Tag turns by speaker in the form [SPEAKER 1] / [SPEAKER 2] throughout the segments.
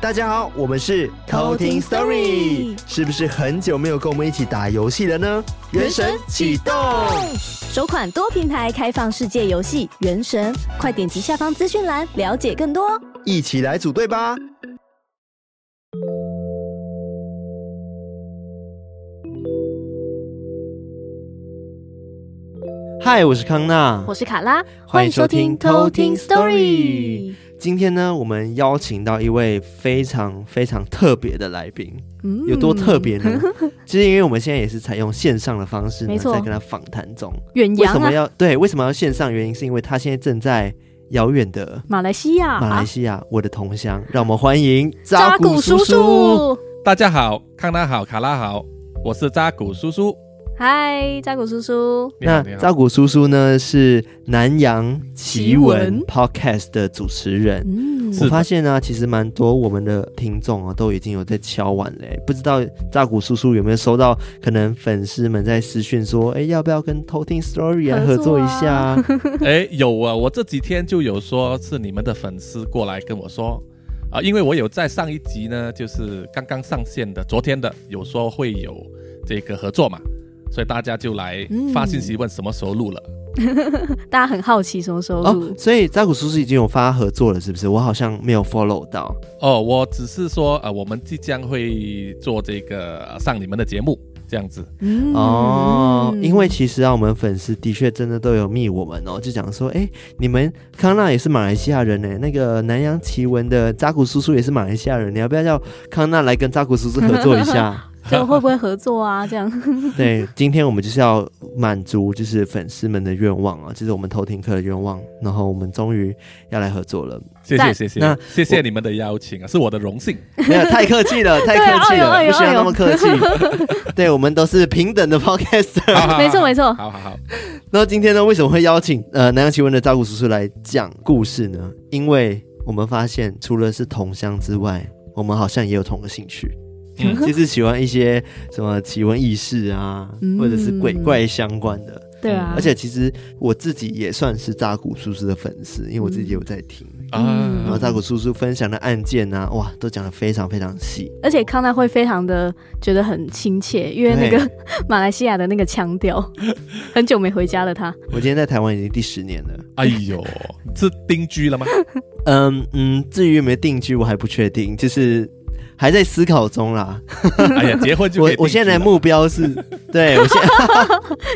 [SPEAKER 1] 大家好，我们是
[SPEAKER 2] 偷听 Story
[SPEAKER 1] 是不是很久没有跟我们一起打游戏了呢？原神启动，
[SPEAKER 2] 首款多平台开放世界游戏《原神》，快点击下方资讯栏了解更多哦。
[SPEAKER 1] 一起来组队吧！嗨，我是康娜，
[SPEAKER 2] 我是卡拉，
[SPEAKER 1] 欢迎收听偷听 Story。今天呢，我们邀请到一位非常非常特别的来宾，
[SPEAKER 2] 嗯
[SPEAKER 1] 有多特？别 呢？就是因为我们现在也是采用线上的方式呢，
[SPEAKER 2] 没错
[SPEAKER 1] 在跟他访谈中。
[SPEAKER 2] 远
[SPEAKER 1] 为
[SPEAKER 2] 洋
[SPEAKER 1] 什么
[SPEAKER 2] 啊，
[SPEAKER 1] 要对？为什么要线上？原因是因为他现在正在遥远的
[SPEAKER 2] 马来西亚，
[SPEAKER 1] 马来西亚，我的同乡。让我们欢迎
[SPEAKER 2] 啊扎古
[SPEAKER 1] 叔
[SPEAKER 2] 叔叔。
[SPEAKER 3] 大家好，康纳好，卡拉好，我是扎古叔叔。
[SPEAKER 2] 嗨，扎古叔叔，
[SPEAKER 3] 你好
[SPEAKER 1] 那
[SPEAKER 3] 你好
[SPEAKER 1] 扎古叔叔呢是南洋奇闻
[SPEAKER 2] 奇闻
[SPEAKER 1] Podcast 的主持人。
[SPEAKER 2] 嗯
[SPEAKER 1] 我
[SPEAKER 3] 是的
[SPEAKER 1] 发现呢、其实蛮多我们的听众啊，都已经有在敲碗嘞、不知道扎古叔叔有没有收到？可能粉丝们在私讯说，哎、要不要跟偷听 Story 啊合
[SPEAKER 2] 合
[SPEAKER 1] 作
[SPEAKER 2] 作啊
[SPEAKER 1] 一下、啊？
[SPEAKER 3] 哎，有啊，我这几天就有说是你们的粉丝过来跟我说啊，因为我有在上一集呢，就是刚刚上线的，昨天的有说会有这个合作嘛，所以大家就来
[SPEAKER 2] 嗯
[SPEAKER 3] 发信息问什么时候录了。
[SPEAKER 2] 大家很好奇什么时候
[SPEAKER 1] 哦
[SPEAKER 2] 录，？
[SPEAKER 1] 所以扎古叔叔已经有发合作了，是不是？我好像没有 follow 到。
[SPEAKER 3] 哦，我只是说啊，我们即将会做这个、啊上你们的节目这样子。
[SPEAKER 2] 嗯
[SPEAKER 1] 哦，因为其实啊，我们粉丝的确真的都有密我们哦，就讲说，哎，你们康纳也是马来西亚人呢，那个南洋奇闻的扎古叔叔也是马来西亚人，你要不要叫康纳来跟扎古叔叔合作一下？
[SPEAKER 2] 这会不会合作啊？这样
[SPEAKER 1] 对，今天我们就是要满足就是粉丝们的愿望啊，就是我们偷听课的愿望，然后我们终于要来合作了，
[SPEAKER 3] 谢谢
[SPEAKER 2] 赞
[SPEAKER 3] 谢谢
[SPEAKER 1] 那，
[SPEAKER 3] 谢谢你们的邀请啊，是我的 荣幸。
[SPEAKER 1] 没有太客气了，太客气了，
[SPEAKER 2] 哎呦哎呦
[SPEAKER 1] 不需要那么客气，对我们都是平等的 podcast。
[SPEAKER 3] 好好好
[SPEAKER 2] 没错没错
[SPEAKER 3] 好好好。
[SPEAKER 1] 那今天呢，为什么会邀请呃南洋奇闻的照顾叔叔来讲故事呢？因为我们发现，除了是同乡之外，我们好像也有同个兴 趣，
[SPEAKER 3] 嗯
[SPEAKER 1] 就是喜欢一些什么奇闻异事啊，
[SPEAKER 2] 嗯
[SPEAKER 1] 或者是鬼怪相关的。
[SPEAKER 2] 对啊，
[SPEAKER 1] 嗯而且其实我自己也算是扎古叔叔的粉丝，因为我自己有在听，
[SPEAKER 2] 嗯
[SPEAKER 3] 啊
[SPEAKER 1] 然后扎古叔叔分享的案件啊，哇，都讲得非常非常细。
[SPEAKER 2] 而且康奈会非常的觉得很亲切，因为那个马来西亚的那个腔调， 很久没回家了他。
[SPEAKER 1] 我今天在台湾已经第十年了，
[SPEAKER 3] 哎呦， 是定居了吗？
[SPEAKER 1] 嗯嗯，至于有没有定居，我还不确定，就是还在思考中啦。
[SPEAKER 3] 哎呀，结婚就可
[SPEAKER 1] 我
[SPEAKER 3] 以
[SPEAKER 1] 我
[SPEAKER 3] 定居
[SPEAKER 1] 现
[SPEAKER 3] 了
[SPEAKER 1] 在的目标是，对我现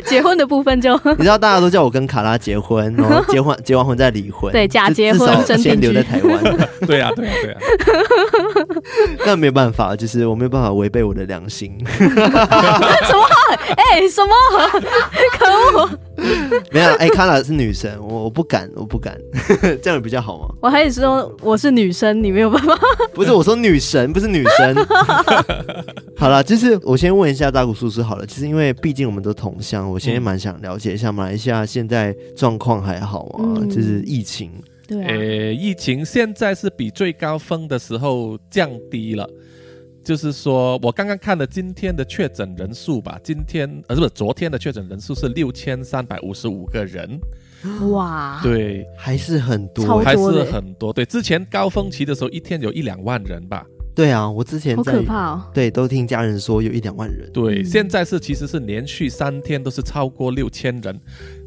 [SPEAKER 2] 结婚的部分就
[SPEAKER 1] 你知道大家都叫我跟卡拉结婚，然后结婚结完婚再离婚，
[SPEAKER 2] 对假
[SPEAKER 1] 至
[SPEAKER 2] 结
[SPEAKER 1] 至
[SPEAKER 2] 婚
[SPEAKER 1] 少
[SPEAKER 2] 真
[SPEAKER 1] 先
[SPEAKER 2] 定
[SPEAKER 1] 留
[SPEAKER 2] 居
[SPEAKER 1] 在台 湾，
[SPEAKER 3] 对啊， 对啊，对啊，
[SPEAKER 1] 那没有办法，就是我没有办法违背我的良心，
[SPEAKER 2] 哎、什么？可恶！
[SPEAKER 1] 没有啦，哎、卡拉是女神，我我不敢，我不敢， 这样比较好吗？
[SPEAKER 2] 我还得说我是女生，你没有办法。
[SPEAKER 1] 不是，我说女神，不是女 生。好了，就是我先问一下大谷叔叔好了，就是因为毕竟我们都同乡，我现在
[SPEAKER 3] 嗯
[SPEAKER 1] 蛮想了解一下马来西亚现在状况还好吗？
[SPEAKER 2] 嗯
[SPEAKER 1] 就是疫情，
[SPEAKER 2] 对啊，
[SPEAKER 3] 呃，疫情现在是比最高峰的时候降低了。就是说，我刚刚看了今天的确诊人数吧，今天呃，不是昨天的确诊人数是六千三百五十五个人，
[SPEAKER 2] 哇，
[SPEAKER 3] 对，
[SPEAKER 1] 还是很
[SPEAKER 2] 超
[SPEAKER 1] 多
[SPEAKER 2] 多。
[SPEAKER 3] 还是
[SPEAKER 2] 的
[SPEAKER 3] 很啊多。对，之前高峰期的时候，一天有一两万人吧。
[SPEAKER 1] 对啊，我之前
[SPEAKER 2] 好可
[SPEAKER 1] 在
[SPEAKER 2] 怕哦！
[SPEAKER 1] 对都听家人说有一两万人。
[SPEAKER 3] 对，
[SPEAKER 2] 嗯
[SPEAKER 3] 现在是其实是连续三天都是超过六千人，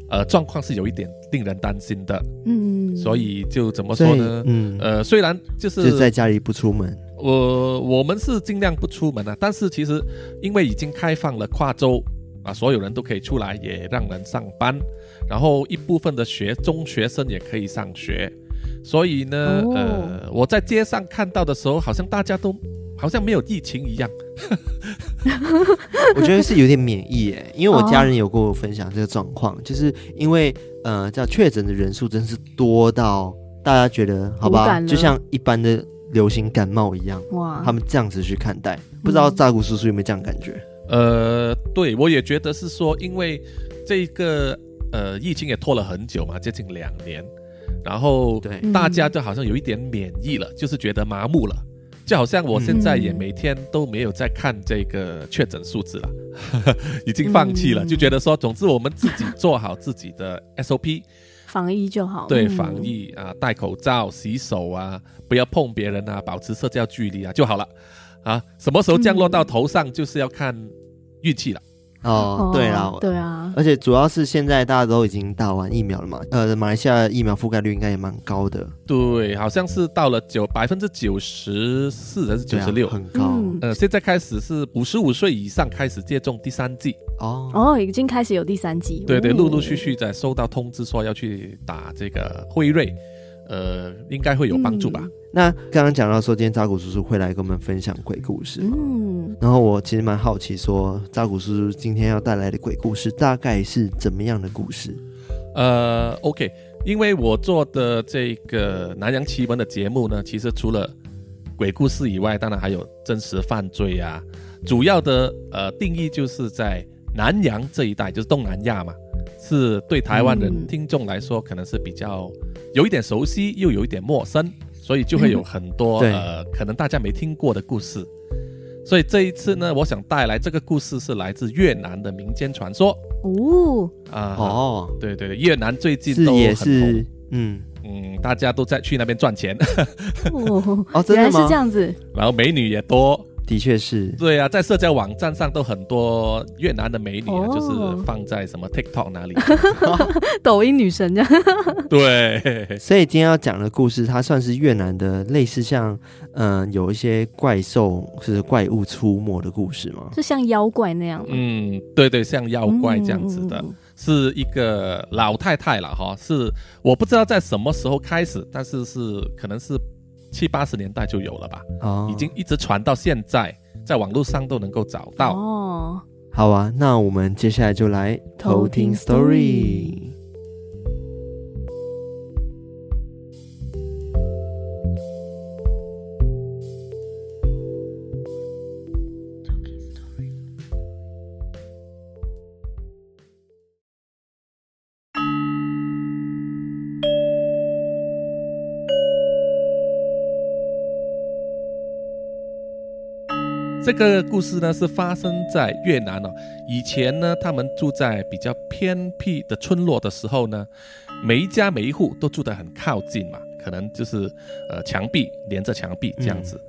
[SPEAKER 3] 呃，状况是有一点令人担心的。
[SPEAKER 2] 嗯，
[SPEAKER 3] 所以就怎么
[SPEAKER 1] 所
[SPEAKER 3] 说
[SPEAKER 1] 以
[SPEAKER 3] 呢，？
[SPEAKER 1] 嗯，
[SPEAKER 3] 呃，虽然就是
[SPEAKER 1] 就在家里不出门。
[SPEAKER 3] 我我们是尽量不出门啊，但是其实因为已经开放了跨州啊，所有人都可以出来，也让人上班，然后一部分的学中学生也可以上学，所以呢，
[SPEAKER 2] 哦
[SPEAKER 3] 呃，我在街上看到的时候，好像大家都好像没有疫情一样。
[SPEAKER 1] 我觉得是有点免疫诶，因为我
[SPEAKER 2] 哦
[SPEAKER 1] 家人有跟我分享这个状
[SPEAKER 3] 哦
[SPEAKER 1] 况，就是因为呃，叫确诊的人数真是多到大家觉得好
[SPEAKER 2] 无
[SPEAKER 1] 吧，
[SPEAKER 2] 感了嗯
[SPEAKER 1] 就像一般的流行感冒一样，
[SPEAKER 2] 哇，
[SPEAKER 1] 他们这样子去看待。不知
[SPEAKER 2] 嗯
[SPEAKER 1] 道炸谷叔叔有没有这样感觉？
[SPEAKER 3] 呃，对我也觉得是说，因为这个呃疫情也拖了很久嘛，接近两年，然后
[SPEAKER 1] 对
[SPEAKER 2] 嗯
[SPEAKER 3] 大家就好像有一点免疫了，就是觉得麻木了。就好像我现在也
[SPEAKER 2] 嗯
[SPEAKER 3] 每天都没有在看这个确诊数字了， 已经放弃了，
[SPEAKER 2] 嗯
[SPEAKER 3] 就觉得说，总之我们自己做好自己的 SOP，
[SPEAKER 2] 防疫就好。
[SPEAKER 3] 对
[SPEAKER 2] 嗯
[SPEAKER 3] 防疫啊，戴口罩、洗手啊，不要碰别人啊，保持社交距离啊就好了。啊，什么时候降落到头上，就是要看运气了。
[SPEAKER 1] 哦，对啦，
[SPEAKER 2] 对啊，
[SPEAKER 1] 而且主要是现在大家都已经打完疫苗了嘛，呃，马来西亚的疫苗覆盖率应该也蛮高的，
[SPEAKER 3] 对，好像是到了九百分之九十四还是九
[SPEAKER 1] 对啊
[SPEAKER 3] 十六？
[SPEAKER 1] 很高、
[SPEAKER 2] 嗯
[SPEAKER 3] 呃，现在开始是五十五岁以上开始接种第三剂，
[SPEAKER 1] 哦。
[SPEAKER 2] 哦，已经开始有第三季，
[SPEAKER 3] 对对，
[SPEAKER 2] 哦
[SPEAKER 3] 陆陆续续在收到通知说要去打这个辉瑞，呃，应该会有帮助吧？
[SPEAKER 1] 那刚刚讲到说，今天扎古叔叔会来跟我们分享鬼故事嘛，
[SPEAKER 2] 嗯，
[SPEAKER 1] 然后我其实蛮好奇说，扎古叔叔今天要带来的鬼故事大概是怎么样的故事？
[SPEAKER 3] 呃，OK，因为我做的这个南洋奇闻的节目呢，其实除了鬼故事以外，当然还有真实犯罪啊。主要的呃定义就是在南洋这一带，就是东南亚嘛，是对台湾人
[SPEAKER 2] 嗯
[SPEAKER 3] 听众来说可能是比较有一点熟悉，又有一点陌生，所以就会有很多、
[SPEAKER 1] 嗯对
[SPEAKER 3] 呃可能大家没听过的故事。所以这一次呢，我想带来这个故事是来自越南的民间传说
[SPEAKER 2] 哦，
[SPEAKER 3] 啊。
[SPEAKER 1] 哦，
[SPEAKER 3] 对对对，越南最近
[SPEAKER 1] 是
[SPEAKER 3] 都
[SPEAKER 1] 也
[SPEAKER 3] 很红
[SPEAKER 1] 是，嗯，
[SPEAKER 3] 嗯，大家都在去那边赚钱，
[SPEAKER 2] 哦
[SPEAKER 1] 哦，真的
[SPEAKER 2] 原来是
[SPEAKER 1] 吗
[SPEAKER 2] 这？样子，
[SPEAKER 3] 然后美女也多。
[SPEAKER 1] 的确是，
[SPEAKER 3] 对啊，在社交网站上都很多越南的美女啊，
[SPEAKER 2] 哦
[SPEAKER 3] 就是放在什么 TikTok 那里。
[SPEAKER 2] 抖音女神这样，
[SPEAKER 3] 对，
[SPEAKER 1] 所以今天要讲的故事，它算是越南的类似像，嗯、有一些怪兽或者怪物出没的故事吗？
[SPEAKER 2] 就像妖怪那样嘛，
[SPEAKER 3] 嗯，对对，像妖怪这样子的，
[SPEAKER 2] 嗯嗯嗯
[SPEAKER 3] 是一个老太太了哈。是我不知道在什么时候开始，但是是可能是七八十年代就有了吧，
[SPEAKER 1] 哦，
[SPEAKER 3] 已经一直传到现在，在网络上都能够找到。
[SPEAKER 2] 哦，
[SPEAKER 1] 好啊。那我们接下来就来
[SPEAKER 2] 偷听 story。
[SPEAKER 3] 这个故事呢是发生在越南哦。以前呢，他们住在比较偏僻的村落的时候呢，每一家每一户都住得很靠近嘛，可能就是呃墙壁连着墙壁这样子。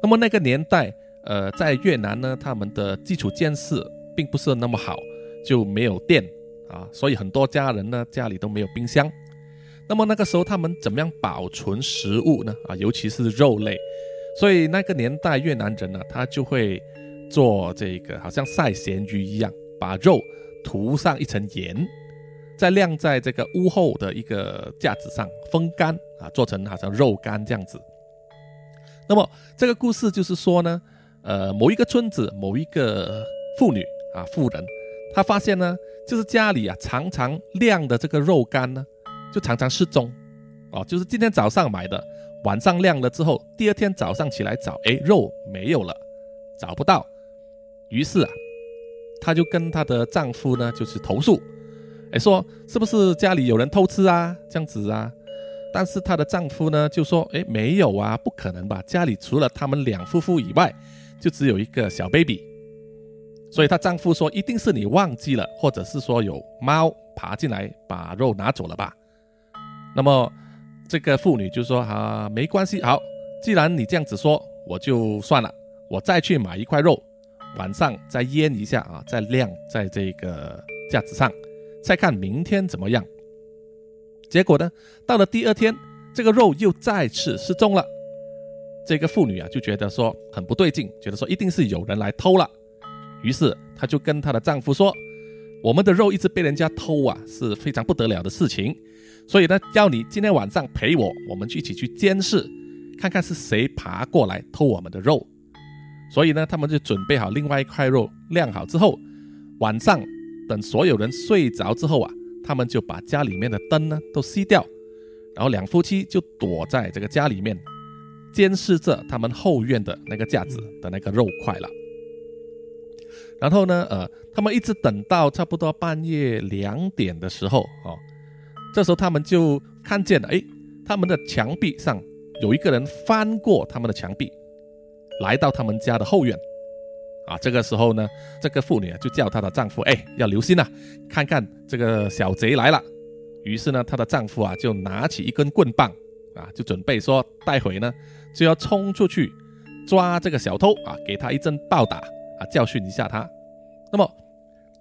[SPEAKER 3] 那么那个年代，呃，在越南呢，他们的基础建设并不是那么好，就没有电啊，所以很多家人呢家里都没有冰箱。那么那个时候他们怎么样保存食物呢？啊，尤其是肉类，所以那个年代越南人呢，他啊就会做这个好像晒咸鱼一样，把肉涂上一层盐，再晾在这个屋后的一个架子上风干啊，做成好像肉干这样子。那么这个故事就是说呢，呃，某一个村子某一个妇女啊妇人，她发现呢，就是家里啊常常晾的这个肉干呢，就常常失踪，哦，就是今天早上买的，晚上晾了之后，第二天早上起来找，哎，肉没有了，找不到。于是啊，她就跟她的丈夫呢，就是投诉，哎，说是不是家里有人偷吃啊，这样子啊。但是她的丈夫呢，就说，哎，没有啊，不可能吧，家里除了他们两夫妇以外，就只有一个小 baby。所以她丈夫说，一定是你忘记了，或者是说有猫爬进来把肉拿走了吧。那么这个妇女就说啊，没关系，好，既然你这样子说，我就算了，我再去买一块肉，晚上再腌一下啊，再晾在这个架子上，再看明天怎么样。结果呢，到了第二天，这个肉又再次失踪了。这个妇女啊，就觉得说很不对劲，觉得说一定是有人来偷了。于是她就跟她的丈夫说：“我们的肉一直被人家偷啊，是非常不得了的事情。所以呢，要你今天晚上陪我，我们去一起去监视，看看是谁爬过来偷我们的肉。所以呢，他们就准备好另外一块肉晾好之后，晚上等所有人睡着之后啊，他们就把家里面的灯呢都熄掉，然后两夫妻就躲在这个家里面，监视着他们后院的那个架子的那个肉块了。然后呢，呃，他们一直等到差不多半夜两点的时候，哦，这时候他们就看见了，哎，他们的墙壁上有一个人翻过他们的墙壁，来到他们家的后院。啊，这个时候呢，这个妇女啊就叫她的丈夫，哎，要留心啊，看看这个小贼来了。于是呢，她的丈夫啊就拿起一根棍棒啊，就准备说待会呢就要冲出去抓这个小偷啊，给他一阵暴打啊，教训一下他。那么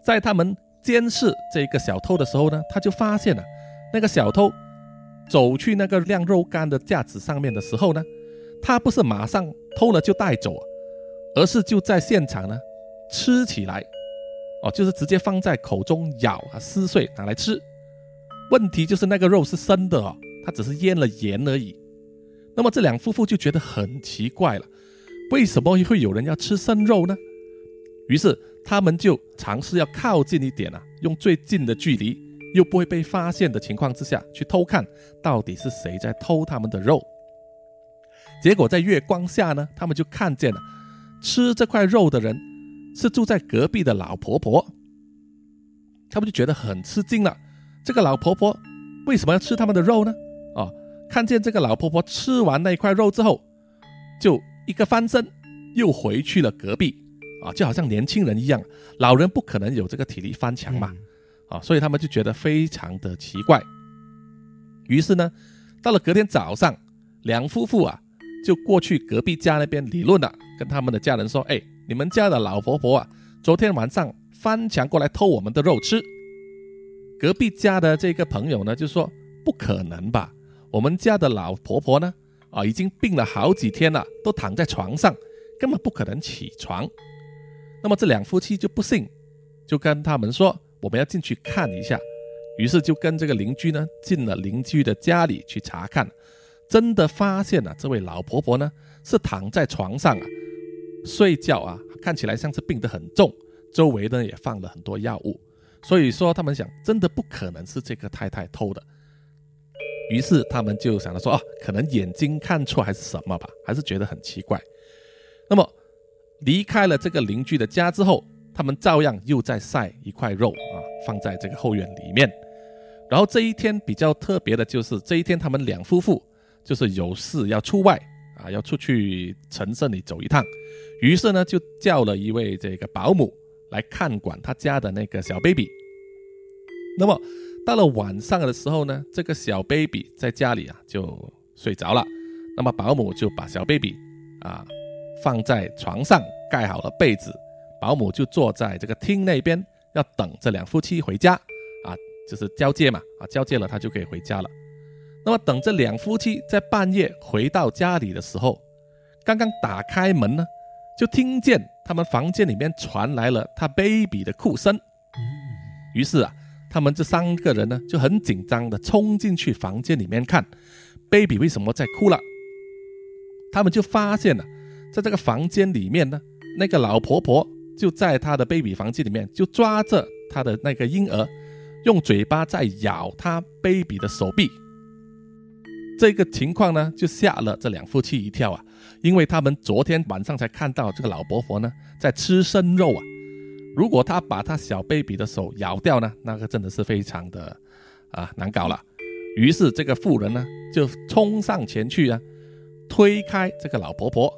[SPEAKER 3] 在他们监视这个小偷的时候呢，他就发现了、那个小偷走去那个晾肉干的架子上面的时候呢，他不是马上偷了就带走啊，而是就在现场呢吃起来，哦，就是直接放在口中咬啊撕碎拿来吃。问题就是那个肉是生的哦，它只是腌了盐而已。那么这两夫妇就觉得很奇怪了，为什么会有人要吃生肉呢？于是他们就尝试要靠近一点啊，用最近的距离，啊又不会被发现的情况之下去偷看，到底是谁在偷他们的肉。结果在月光下呢，他们就看见了吃这块肉的人是住在隔壁的老婆婆，他们就觉得很吃惊了。这个老婆婆为什么要吃他们的肉呢？哦，看见这个老婆婆吃完那一块肉之后，就一个翻身，又回去了隔壁啊，就好像年轻人一样，老人不可能有这个体力翻墙嘛。
[SPEAKER 1] 嗯
[SPEAKER 3] 啊，所以他们就觉得非常的奇怪。于是呢，到了隔天早上，两夫妇啊就过去隔壁家那边理论了，跟他们的家人说：“哎，你们家的老婆婆啊，昨天晚上翻墙过来偷我们的肉吃。”隔壁家的这个朋友呢就说：“不可能吧，我们家的老婆婆呢啊已经病了好几天了，都躺在床上，根本不可能起床。”那么这两夫妻就不信，就跟他们说我们要进去看一下，于是就跟这个邻居呢进了邻居的家里去查看，真的发现了、这位老婆婆呢是躺在床上啊睡觉啊，看起来像是病得很重，周围呢也放了很多药物，所以说他们想真的不可能是这个太太偷的。于是他们就想着说，哦，可能眼睛看错还是什么吧，还是觉得很奇怪。那么离开了这个邻居的家之后，他们照样又在晒一块肉啊，放在这个后院里面。然后这一天比较特别的就是，这一天他们两夫妇就是有事要出外啊，要出去城镇里走一趟，于是呢就叫了一位这个保姆来看管他家的那个小 baby。那么到了晚上的时候呢，这个小 baby 在家里啊就睡着了，那么保姆就把小 baby 啊放在床上，盖好了被子，保姆就坐在这个厅那边，要等这两夫妻回家啊，就是交接嘛啊，交接了他就可以回家了。那么等这两夫妻在半夜回到家里的时候，刚刚打开门呢，就听见他们房间里面传来了他 baby 的哭声。于是啊，他们这三个人呢就很紧张的冲进去房间里面看，baby 为什么在哭了？他们就发现了、在这个房间里面呢，那个老婆婆就在她的 baby 房间里面，就抓着她的那个婴儿，用嘴巴在咬她 baby 的手臂。这个情况呢，就吓了这两夫妻一跳啊，因为他们昨天晚上才看到这个老婆婆呢在吃生肉啊。如果她把她小 baby 的手咬掉呢，那个真的是非常的啊难搞了。于是这个妇人呢就冲上前去啊，推开这个老婆婆，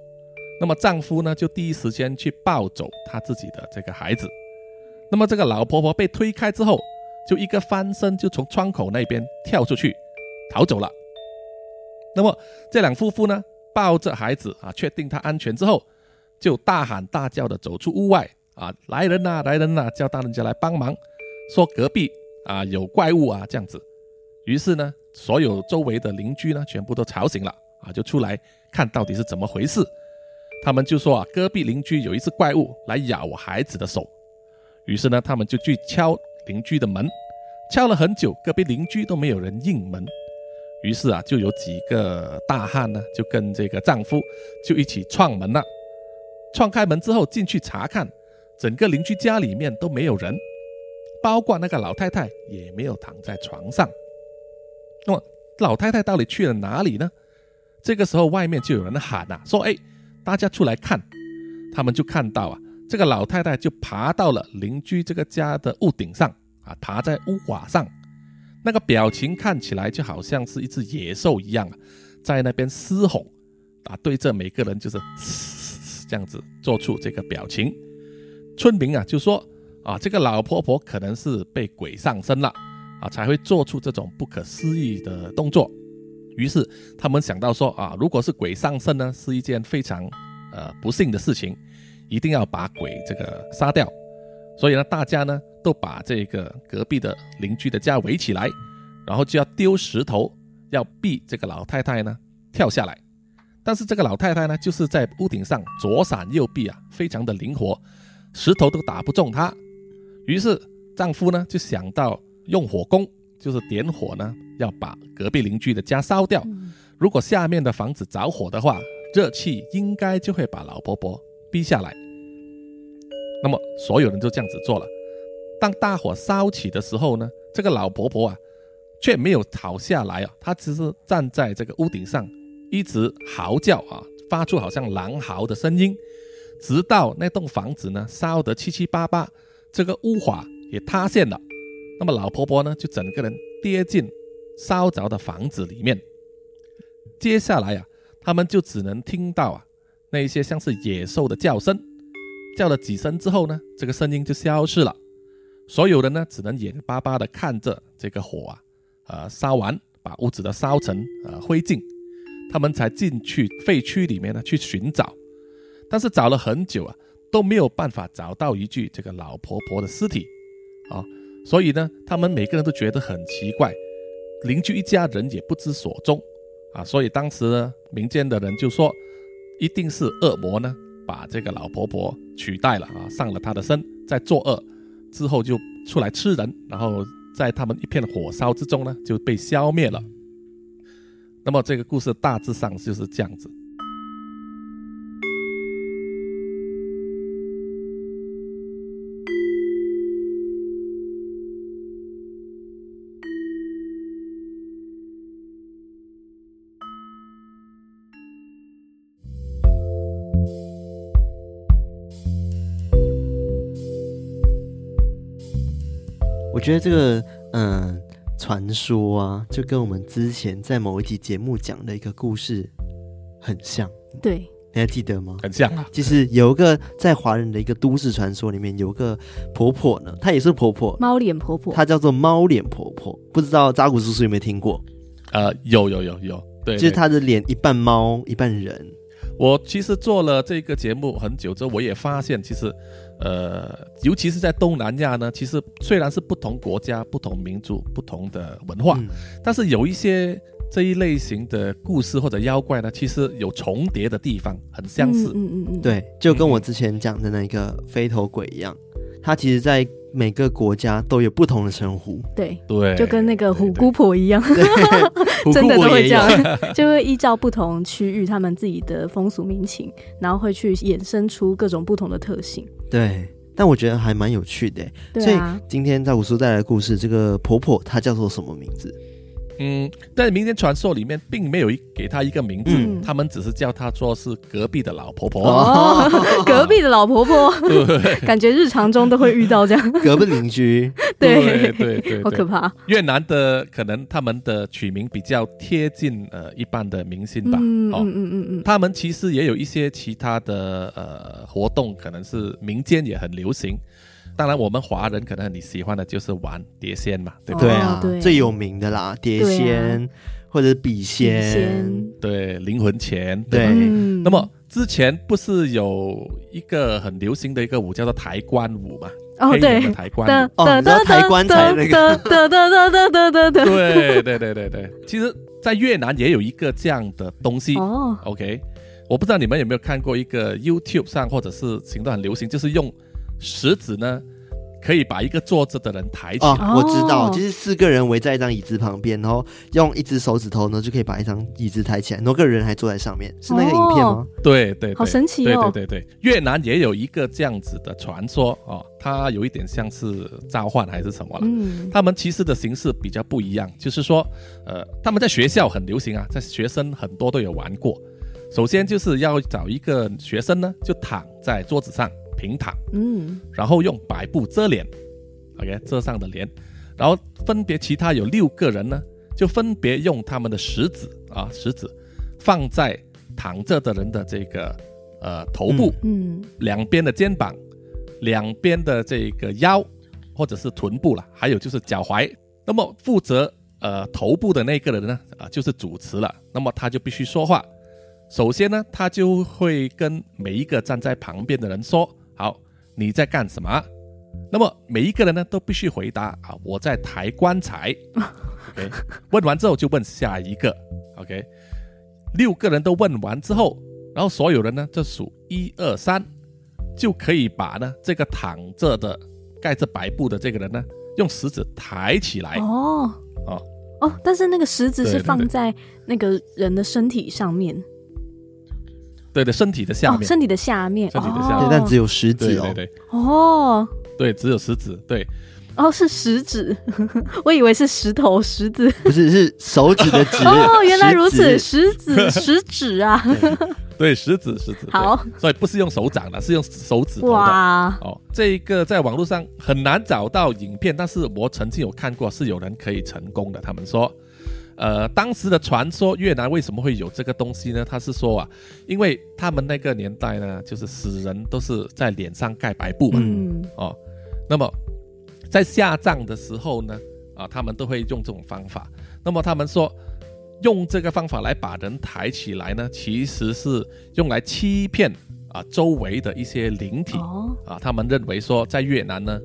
[SPEAKER 3] 那么丈夫呢，就第一时间去抱走她自己的这个孩子。那么这个老婆婆被推开之后，就一个翻身就从窗口那边跳出去，逃走了。那么这两夫妇呢，抱着孩子啊，确定他安全之后，就大喊大叫的走出屋外啊，来人呐、来人呐、叫大人家来帮忙，说隔壁啊有怪物啊这样子。于是呢，所有周围的邻居呢，全部都吵醒了啊，就出来看到底是怎么回事。他们就说啊，隔壁邻居有一只怪物来咬我孩子的手。于是呢，他们就去敲邻居的门，敲了很久，隔壁邻居都没有人应门。于是啊，就有几个大汉呢，就跟这个丈夫就一起撞门了。撞开门之后进去查看，整个邻居家里面都没有人，包括那个老太太也没有躺在床上。那么老太太到底去了哪里呢？这个时候外面就有人喊呐、说：“哎，大家出来看。”他们就看到啊，这个老太太就爬到了邻居这个家的屋顶上啊，爬在屋瓦上，那个表情看起来就好像是一只野兽一样啊，在那边嘶吼啊，对着每个人就是嘶这样子做出这个表情。村民啊就说啊，这个老婆婆可能是被鬼上身了，啊，才会做出这种不可思议的动作。于是他们想到说啊，如果是鬼上身呢，是一件非常呃不幸的事情，一定要把鬼这个杀掉。所以呢，大家呢都把这个隔壁的邻居的家围起来，然后就要丢石头，要逼这个老太太呢跳下来。但是这个老太太呢，就是在屋顶上左闪右避啊，非常的灵活，石头都打不中她。于是丈夫呢就想到用火攻，就是点火呢，要把隔壁邻居的家烧掉。
[SPEAKER 2] 嗯
[SPEAKER 3] 如果下面的房子着火的话，热气应该就会把老婆婆逼下来。那么所有人都这样子做了。当大火烧起的时候呢，这个老婆婆啊，却没有逃下来啊，她只是站在这个屋顶上，一直嚎叫啊，发出好像狼嚎的声音，直到那栋房子呢烧得七七八八，这个屋瓦也塌陷了。那么老婆婆呢，就整个人跌进烧着的房子里面。接下来啊，他们就只能听到啊那一些像是野兽的叫声，叫了几声之后呢，这个声音就消失了。所有人呢，只能眼巴巴的看着这个火啊，呃，烧完，把屋子的烧成呃灰烬，他们才进去废墟里面呢去寻找，但是找了很久啊，都没有办法找到一具这个老婆婆的尸体啊，所以呢，他们每个人都觉得很奇怪，邻居一家人也不知所踪。啊，所以当时呢，民间的人就说，一定是恶魔呢把这个老婆婆取代了啊，上了她的身，在作恶，之后就出来吃人，然后在他们一片火烧之中呢就被消灭了。那么这个故事大致上就是这样子。
[SPEAKER 1] 我觉得这个嗯传说啊，就跟我们之前在某一集节目讲的一个故事很像，
[SPEAKER 2] 对，
[SPEAKER 1] 你还记得吗？
[SPEAKER 3] 很像啊，
[SPEAKER 1] 就是有一个在华人的一个都市传说里面，有个婆婆呢，她也是婆婆，
[SPEAKER 2] 猫脸婆婆，
[SPEAKER 1] 她叫做猫脸婆婆，不知道扎古叔叔有没有听过？
[SPEAKER 3] 呃，有有有有，对，
[SPEAKER 1] 嗯就是
[SPEAKER 3] 对
[SPEAKER 1] 她的脸一半猫一半人，
[SPEAKER 3] 我其实做了这个节目很久之后，我也发现，其实，呃，尤其是在东南亚呢，其实虽然是不同国家、不同民族、不同的文化，
[SPEAKER 1] 嗯
[SPEAKER 3] 但是有一些这一类型的故事或者妖怪呢，其实有重叠的地方，很相似。
[SPEAKER 2] 嗯嗯嗯，嗯，
[SPEAKER 1] 对，就跟我之前讲的那个飞头鬼一样，它其实在每个国家都有不同的称呼。
[SPEAKER 2] 对，
[SPEAKER 3] 对，
[SPEAKER 2] 就跟那个
[SPEAKER 3] 对
[SPEAKER 2] 虎姑婆一样，
[SPEAKER 1] 对
[SPEAKER 2] 真的
[SPEAKER 1] 虎姑婆
[SPEAKER 2] 都会
[SPEAKER 1] 也
[SPEAKER 2] 这
[SPEAKER 1] 有
[SPEAKER 2] 样，就会依照不同区域他们自己的风俗民情，然后会去衍生出各种不同的特性。
[SPEAKER 1] 对，但我觉得还蛮有趣的。欸
[SPEAKER 2] 对啊，
[SPEAKER 1] 今天在武叔带来的故事，这个婆婆她叫做什么名 字？
[SPEAKER 3] 嗯，在民间传说里面，并没有一给他一个名字，
[SPEAKER 2] 嗯
[SPEAKER 3] 他们只是叫他说是隔壁的老婆婆。
[SPEAKER 2] 哦，隔壁的老婆婆，感觉日常中都会遇到这样，
[SPEAKER 1] 隔壁邻居。
[SPEAKER 3] 对对 对
[SPEAKER 2] 好可
[SPEAKER 3] 对，
[SPEAKER 2] 怕。
[SPEAKER 3] 越南的可能他们的取名比较贴近呃一般的明星吧。
[SPEAKER 2] 嗯嗯
[SPEAKER 3] 哦，
[SPEAKER 2] 嗯嗯
[SPEAKER 3] 他们其实也有一些其他的呃活动，可能是民间也很流行。当然，我们华人可能你喜欢的就是玩碟仙嘛，对不
[SPEAKER 1] 对
[SPEAKER 3] 对？
[SPEAKER 1] 啊，
[SPEAKER 2] 哦对
[SPEAKER 1] 最有名的啦，碟
[SPEAKER 2] 对啊
[SPEAKER 1] 仙、或者笔
[SPEAKER 2] 嗯，
[SPEAKER 1] 仙。
[SPEAKER 3] 对，灵魂钱，
[SPEAKER 1] 对
[SPEAKER 3] 吧
[SPEAKER 2] 嗯，
[SPEAKER 3] 那么之前不是有一个很流行的一个舞叫做抬棺舞嘛？
[SPEAKER 2] 哦
[SPEAKER 3] 黑人
[SPEAKER 2] 对
[SPEAKER 3] 的，抬 棺
[SPEAKER 2] 的
[SPEAKER 3] 舞。
[SPEAKER 1] 哦你知道抬棺材那
[SPEAKER 2] 个，的的的的的的的，
[SPEAKER 3] 对对对对对，其实，在越南也有一个这样的东西。
[SPEAKER 2] 哦，
[SPEAKER 3] OK，我不知道你们有没有看过一个 YouTube 上或者是行动很流行，就是用食指呢，可以把一个坐着的人抬起来。
[SPEAKER 1] 哦，我知道，
[SPEAKER 2] 哦
[SPEAKER 1] 就是四个人围在一张椅子旁边，然后用一只手指头呢，就可以把一张椅子抬起来，然后个人还坐在上面，是那个影片吗？
[SPEAKER 3] 对对对，
[SPEAKER 2] 好神奇
[SPEAKER 3] 对
[SPEAKER 2] 哦
[SPEAKER 3] 对对对，越南也有一个这样子的传说哦，它有一点像是召唤还是什么了。
[SPEAKER 2] 嗯，
[SPEAKER 3] 他们其实的形式比较不一样，就是说，呃，他们在学校很流行啊，在学生很多都有玩过。首先就是要找一个学生呢，就躺在桌子上平躺，
[SPEAKER 2] 嗯，
[SPEAKER 3] 然后用白布遮脸，OK，遮上的脸，然后分别其他有六个人呢，就分别用他们的食指啊食指放在躺着的人的这个呃头部、
[SPEAKER 2] 嗯，
[SPEAKER 3] 两边的肩膀、两边的这个腰或者是臀部啦，还有就是脚踝。那么负责呃头部的那个人呢，啊、就是主持了，那么他就必须说话。首先呢，他就会跟每一个站在旁边的人说：“好，你在干什么？”那么每一个人呢都必须回答啊，我在抬 棺材。OK，问完之后就问下一个。OK，六个人都问完之后，然后所有人呢就数一二三，就可以把呢这个躺着的盖着白布的这个人呢用食指抬起来。
[SPEAKER 2] 哦
[SPEAKER 3] 哎哦
[SPEAKER 2] 哦，但是那个食指
[SPEAKER 3] 对
[SPEAKER 2] 是
[SPEAKER 3] 对
[SPEAKER 2] 放
[SPEAKER 3] 对
[SPEAKER 2] 在那个人的身体上面，
[SPEAKER 3] 对的，身体的下
[SPEAKER 2] 哦，
[SPEAKER 3] 面。
[SPEAKER 2] 身体的下面，
[SPEAKER 3] 身体的下
[SPEAKER 1] 对
[SPEAKER 2] 哦、
[SPEAKER 3] 面
[SPEAKER 1] 但只有食
[SPEAKER 3] 对
[SPEAKER 1] 指哦
[SPEAKER 3] 对。对
[SPEAKER 2] 哦
[SPEAKER 3] 对，只有食指。对，
[SPEAKER 2] 哦是食指， 我以为是石头石子。
[SPEAKER 1] 不是，是手指 的指。
[SPEAKER 2] 哦，原来如此，
[SPEAKER 1] 食指
[SPEAKER 2] 食指 食指啊，
[SPEAKER 3] 对，食指，食指。对
[SPEAKER 2] 好，
[SPEAKER 3] 所以不是用手掌的，是用手指头的。
[SPEAKER 2] 哇，
[SPEAKER 3] 哦，这一个在网络上很难找到影片，但是我曾经有看过，是有人可以成功的。他们说，呃，当时的传说越南为什么会有这个东西呢？他是说啊，因为他们那个年代呢，就是死人都是在脸上盖白布嘛。
[SPEAKER 2] 嗯，
[SPEAKER 3] 哦，那么在下葬的时候呢，啊，他们都会用这种方法。那么他们说，用这个方法来把人抬起来呢，其实是用来欺骗啊周围的一些灵体、
[SPEAKER 2] 哦，
[SPEAKER 3] 啊。他们认为说，在越南呢，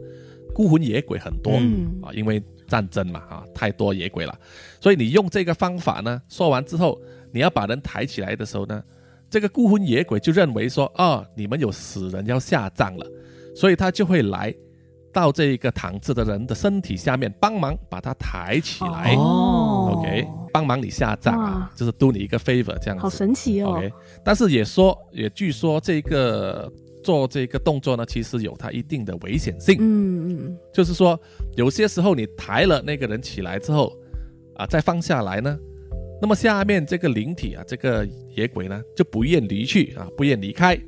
[SPEAKER 3] 孤魂野鬼很多、
[SPEAKER 2] 嗯
[SPEAKER 3] 啊，因为战争嘛啊，太多野鬼了。所以你用这个方法呢，说完之后，你要把人抬起来的时候呢，这个孤魂野鬼就认为说，啊，你们有死人要下葬了，所以他就会来到这一个躺着的人的身体下面帮忙把他抬起来、
[SPEAKER 2] 哦
[SPEAKER 3] o k 帮忙你下葬啊
[SPEAKER 2] 哇，
[SPEAKER 3] 就是 do 你一个 favor 这样
[SPEAKER 2] 好
[SPEAKER 3] 子。
[SPEAKER 2] 神奇哦，
[SPEAKER 3] OK，但是也说，也据说这个做这个动作呢，其实有它一定的危险性。
[SPEAKER 2] 嗯嗯，
[SPEAKER 3] 就是说，有些时候你抬了那个人起来之后，啊，再放下来呢，那么下面这个灵体啊，这个野鬼呢，就不愿离去啊，不愿离开，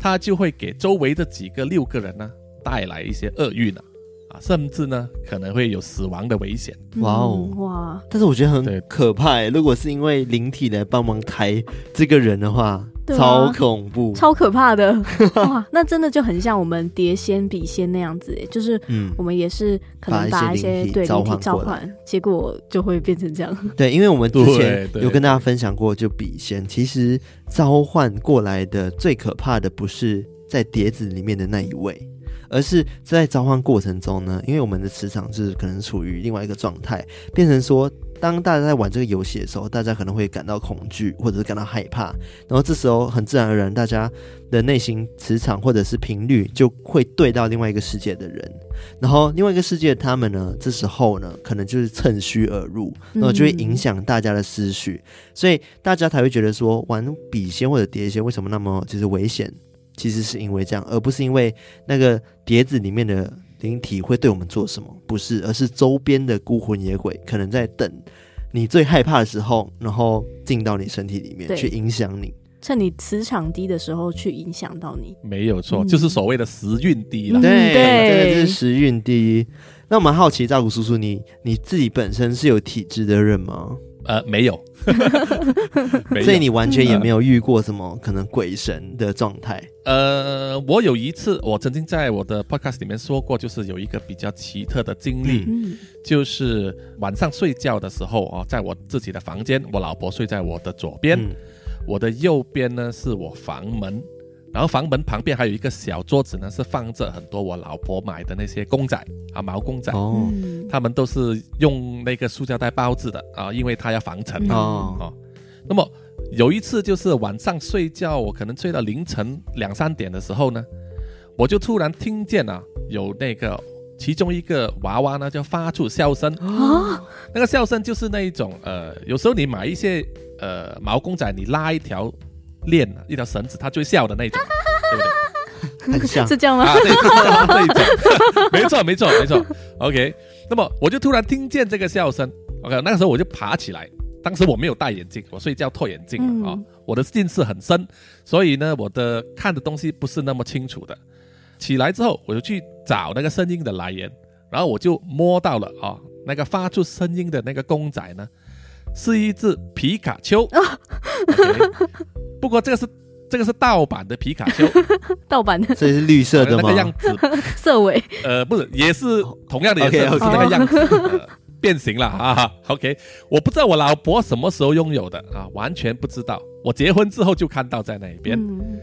[SPEAKER 3] 他就会给周围的几个六个人呢带来一些厄运啊，啊，甚至呢可能会有死亡的危险。
[SPEAKER 2] 嗯
[SPEAKER 1] 哇哦
[SPEAKER 2] 哇，
[SPEAKER 1] 但是我觉得
[SPEAKER 3] 对
[SPEAKER 1] 很可怕欸，如果是因为灵体来帮忙抬这个人的话，
[SPEAKER 2] 对啊
[SPEAKER 1] 超恐怖。
[SPEAKER 2] 超可怕 的哇，那真的就很像我们碟仙笔仙那样子耶，哎就是
[SPEAKER 1] 嗯，
[SPEAKER 2] 我们也是可能把
[SPEAKER 1] 把
[SPEAKER 2] 一
[SPEAKER 1] 一
[SPEAKER 2] 些
[SPEAKER 1] 些灵体
[SPEAKER 2] 对
[SPEAKER 1] 召
[SPEAKER 2] 灵体
[SPEAKER 1] 唤
[SPEAKER 2] 召
[SPEAKER 1] 过来
[SPEAKER 2] 唤，结果就会变成这样。
[SPEAKER 1] 对，因为我们之前
[SPEAKER 3] 对对
[SPEAKER 1] 有跟大家分享过，就笔仙其实召唤过来的最可怕的不是在碟子里面的那一位，而是在召唤过程中呢，因为我们的磁场是可能处于另外一个状态，变成说。当大家在玩这个游戏的时候，大家可能会感到恐惧，或者是感到害怕，然后这时候很自然而然，大家的内心磁场或者是频率就会对到另外一个世界的人，然后另外一个世界的他们呢，这时候呢，可能就是趁虚而入，然呃后就会
[SPEAKER 2] 嗯
[SPEAKER 1] 影响大家的思绪，所以大家才会觉得说玩笔仙或者碟仙为什么那么就是危险，其实是因为这样，而不是因为那个碟子里面的灵体会对我们做什么，不是，而是周边的孤魂野鬼可能在等你最害怕的时候，然后进到你身体里面
[SPEAKER 2] 对
[SPEAKER 1] 去影响你。
[SPEAKER 2] 趁你磁场低的时候去影响到你。
[SPEAKER 3] 没有错，
[SPEAKER 2] 嗯
[SPEAKER 3] 就是所谓的时运低了。
[SPEAKER 2] 嗯
[SPEAKER 1] 对，
[SPEAKER 2] 对
[SPEAKER 1] 这个就是时运第一。那我蛮好奇，照顾叔叔你你自己本身是有体质的人吗？
[SPEAKER 3] 呃，没 有，没有
[SPEAKER 1] 所以你完
[SPEAKER 2] 嗯
[SPEAKER 1] 全也没有遇过什么可能鬼神的状态。
[SPEAKER 3] 呃，我有一次，我曾经在我的 podcast 里面说过，就是有一个比较奇特的经历。
[SPEAKER 2] 嗯，
[SPEAKER 3] 就是晚上睡觉的时候啊，在我自己的房间，我老婆睡在我的左边，
[SPEAKER 1] 嗯
[SPEAKER 3] 我的右边呢是我房门，然后房门旁边还有一个小桌子呢，是放着很多我老婆买的那些公仔啊，毛公仔，
[SPEAKER 1] 哦，
[SPEAKER 2] 嗯
[SPEAKER 3] 他们都是用那个塑胶袋包着的啊，因为它要防尘
[SPEAKER 2] 嗯
[SPEAKER 3] 嘛。
[SPEAKER 1] 哦，
[SPEAKER 3] 哦，那么有一次就是晚上睡觉，我可能睡到凌晨两三点的时候呢，我就突然听见啊，有那个其中一个娃娃呢就发出笑声。
[SPEAKER 2] 啊，
[SPEAKER 3] 那个笑声就是那一种，呃，有时候你买一些呃毛公仔，你拉一条链，一条绳子，它就会笑的那种，对不对？
[SPEAKER 1] 很像
[SPEAKER 2] 是这样吗？
[SPEAKER 3] 啊，对，就是这一 种，没错，没错，没错。OK，那么我就突然听见这个笑声，OK，那个时候我就爬起来，当时我没有戴眼镜，我睡觉脱眼镜
[SPEAKER 2] 嗯
[SPEAKER 3] 啊、哦我的近视很深，所以呢，我的看的东西不是那么清楚的。起来之后，我就去找那个声音的来源，然后我就摸到了啊、哦那个发出声音的那个公仔呢，是一只皮卡丘。OK，不过这个是这个是盗版的皮卡 丘，
[SPEAKER 2] 盗版的
[SPEAKER 1] 所以是绿色的
[SPEAKER 3] 那
[SPEAKER 1] 吗
[SPEAKER 3] 个？样子
[SPEAKER 2] 色尾，
[SPEAKER 3] 呃，不是，也是同样的颜色，
[SPEAKER 1] OK，OK
[SPEAKER 3] 只是那个样子。呃变形了啊。OK，我不知道我老婆什么时候拥有的啊，完全不知道。我结婚之后就看到在那边。
[SPEAKER 2] 嗯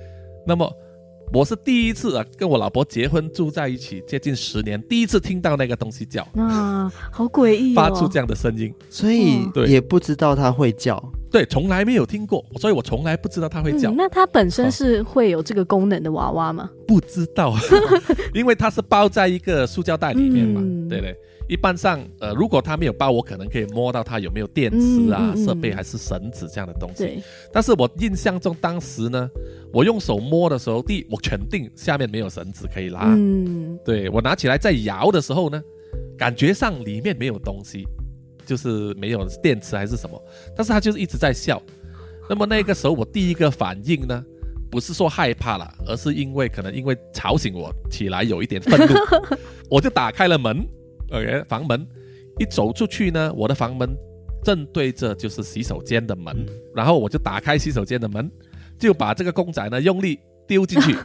[SPEAKER 3] 那么我是第一次啊，跟我老婆结婚住在一起接近十年，第一次听到那个东西叫，
[SPEAKER 2] 啊，好诡异、哦，
[SPEAKER 3] 发出这样的声音，
[SPEAKER 1] 所以
[SPEAKER 2] 嗯
[SPEAKER 3] 对
[SPEAKER 1] 也不知道它会叫。
[SPEAKER 3] 对，从来没有听过，所以我从来不知道它会叫
[SPEAKER 2] 嗯。，那它本身
[SPEAKER 3] 哦
[SPEAKER 2] 是会有这个功能的娃娃吗？
[SPEAKER 3] 不知道， 因为它是包在一个塑胶袋里面嘛，
[SPEAKER 2] 嗯
[SPEAKER 3] 对不对？一般上，呃，如果它没有包，我可能可以摸到它有没有电池啊、
[SPEAKER 2] 嗯嗯嗯
[SPEAKER 3] 设备还是绳子这样的东西。
[SPEAKER 2] 对，
[SPEAKER 3] 但是我印象中，当时呢，我用手摸的时候，第一我肯定下面没有绳子可以拉，
[SPEAKER 2] 嗯，
[SPEAKER 3] 对我拿起来在摇的时候呢，感觉上里面没有东西，就是没有电池还是什么，但是它就是一直在笑。那么那个时候我第一个反应呢，不是说害怕了，而是因为可能因为吵醒我起来有一点愤怒，我就打开了门，OK，房门，一走出去呢，我的房门正对着就是洗手间的门，然后我就打开洗手间的门，就把这个公仔呢用力丢进去，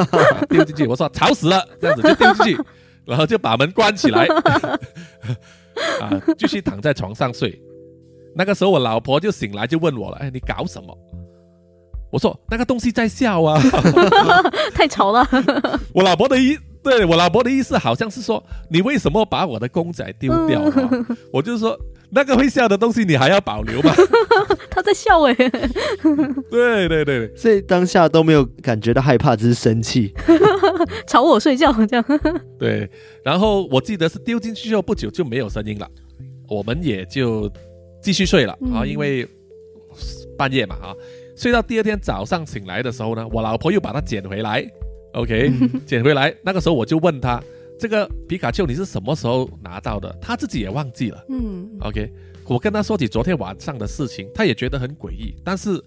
[SPEAKER 3] 丢进去，我说吵死了，这样子就丢进去，然后就把门关起来， 啊，继续躺在床上睡。那个时候我老婆就醒来就问我了，哎，你搞什么？我说那个东西在笑啊，
[SPEAKER 2] 太吵了，
[SPEAKER 3] 我老婆的意，对我老婆的意思好像是说，你为什么把我的公仔丢掉、啊？我就说那个会笑的东西你还要保留吗？
[SPEAKER 2] 它在笑哎、
[SPEAKER 3] 对对对对，
[SPEAKER 1] 所以当下都没有感觉到害怕，只是生气。
[SPEAKER 2] 吵我睡觉这样。
[SPEAKER 3] 对，然后我记得是丢进去之后不久就没有声音了，我们也就继续睡了、啊，
[SPEAKER 2] 嗯
[SPEAKER 3] 因为半夜嘛啊，睡到第二天早上醒来的时候呢，我老婆又把它捡回来，OK，捡 回来，那个时候我就问她，这个皮卡丘你是什么时候拿到的？她自己也忘记了。
[SPEAKER 2] 嗯
[SPEAKER 3] OK，我跟他说起昨天晚上的事情，他也觉得很诡异，但是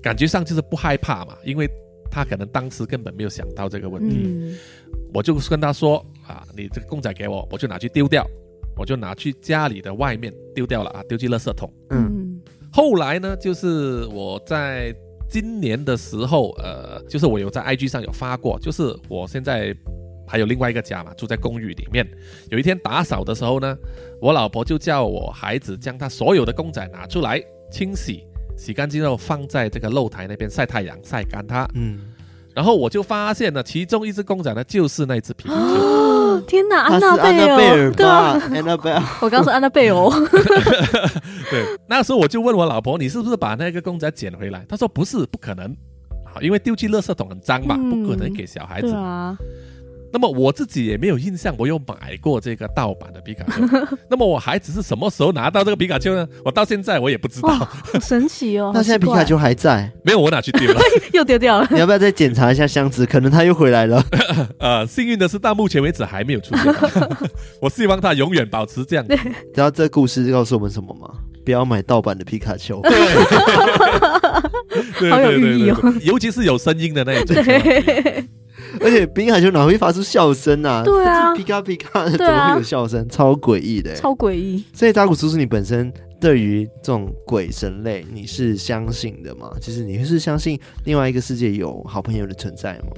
[SPEAKER 3] 感觉上就是不害怕嘛，因为他可能当时根本没有想到这个问题。
[SPEAKER 2] 嗯
[SPEAKER 3] 我就跟他说啊，你这个公仔给我，我就拿去丢掉，我就拿去家里的外面丢掉了啊，丢进垃圾桶。
[SPEAKER 1] 嗯，
[SPEAKER 2] 嗯
[SPEAKER 3] 后来呢，就是我在今年的时候，呃，就是我有在 IG 上有发过，就是我现在还有另外一个家嘛，住在公寓里面。有一天打扫的时候呢，我老婆就叫我孩子将他所有的公仔拿出来清洗，洗干净后放在这个露台那边晒太阳，晒干它。
[SPEAKER 1] 嗯，
[SPEAKER 3] 然后我就发现呢，其中一只公仔呢，就是那只皮卡 丘。
[SPEAKER 2] 哦，天哪，
[SPEAKER 1] 他
[SPEAKER 2] 安
[SPEAKER 1] 是
[SPEAKER 2] 娜
[SPEAKER 1] 安
[SPEAKER 2] 贝
[SPEAKER 1] 娜贝尔
[SPEAKER 2] 对啊，
[SPEAKER 1] 吧？安娜贝尔，
[SPEAKER 2] 我刚说安娜贝尔，哦
[SPEAKER 3] 对，那时候我就问我老婆，你是不是把那个公仔捡回来？她说不是，不可能啊，因为丢弃垃圾桶很脏嘛，
[SPEAKER 2] 嗯
[SPEAKER 3] 不可能给小孩子。
[SPEAKER 2] 对啊，
[SPEAKER 3] 那么我自己也没有印象，我有买过这个盗版的皮卡丘。那么我孩子是什么时候拿到这个皮卡丘 呢？我到现在我也不知
[SPEAKER 2] 哇，
[SPEAKER 3] 道，
[SPEAKER 2] 好神奇哦。
[SPEAKER 1] 那现在皮
[SPEAKER 2] 好
[SPEAKER 1] 卡
[SPEAKER 2] 奇怪
[SPEAKER 1] 丘还在，
[SPEAKER 3] 没有我拿去丢了。
[SPEAKER 2] 又丢掉了，
[SPEAKER 1] 你要不要再检查一下箱子？可能他又回来了。
[SPEAKER 3] 呃，幸运的是到目前为止还没 有出现，我希望它永远保持这样。
[SPEAKER 1] 你知道这故事告诉我们什么吗？不要买盗版的皮卡 丘。
[SPEAKER 3] 对
[SPEAKER 2] 好有
[SPEAKER 3] 对对
[SPEAKER 2] 寓意
[SPEAKER 3] 对
[SPEAKER 2] 哦
[SPEAKER 3] 对，尤其是有声音的那一种。
[SPEAKER 2] 对
[SPEAKER 1] 而且皮卡丘哪会发出笑声啊？
[SPEAKER 2] 对啊
[SPEAKER 1] 皮卡皮卡的怎
[SPEAKER 2] 对啊
[SPEAKER 1] 么会有笑声？超诡异的欸。
[SPEAKER 2] 超诡异。
[SPEAKER 1] 所以扎古叔叔，你本身对于这种鬼神类，你是相信的吗？其实你是相信另外一个世界有好朋友的存在吗？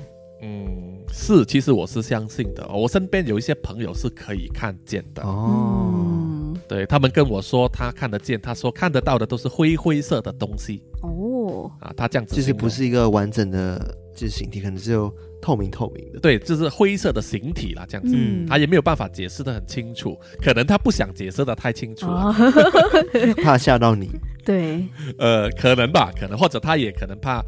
[SPEAKER 3] 嗯，是，其实我是相信的。哦我身边有一些朋友是可以看见的。
[SPEAKER 1] 哦，
[SPEAKER 2] 嗯，
[SPEAKER 3] 对他们跟我说，他看得见，他说看得到的都是灰灰色的东西
[SPEAKER 2] 哦，
[SPEAKER 3] 啊，他这样子
[SPEAKER 1] 就是
[SPEAKER 3] 形容
[SPEAKER 1] 不是一个完整的就是形体，可能只有透明透明的。
[SPEAKER 3] 对，就是灰色的形体啦，这样子，
[SPEAKER 1] 嗯
[SPEAKER 3] 他也没有办法解释的很清楚，可能他不想解释的太清楚了，
[SPEAKER 2] 哦，
[SPEAKER 1] 怕吓到你。
[SPEAKER 2] 对，
[SPEAKER 3] 呃，可能吧，可能或者他也可能怕，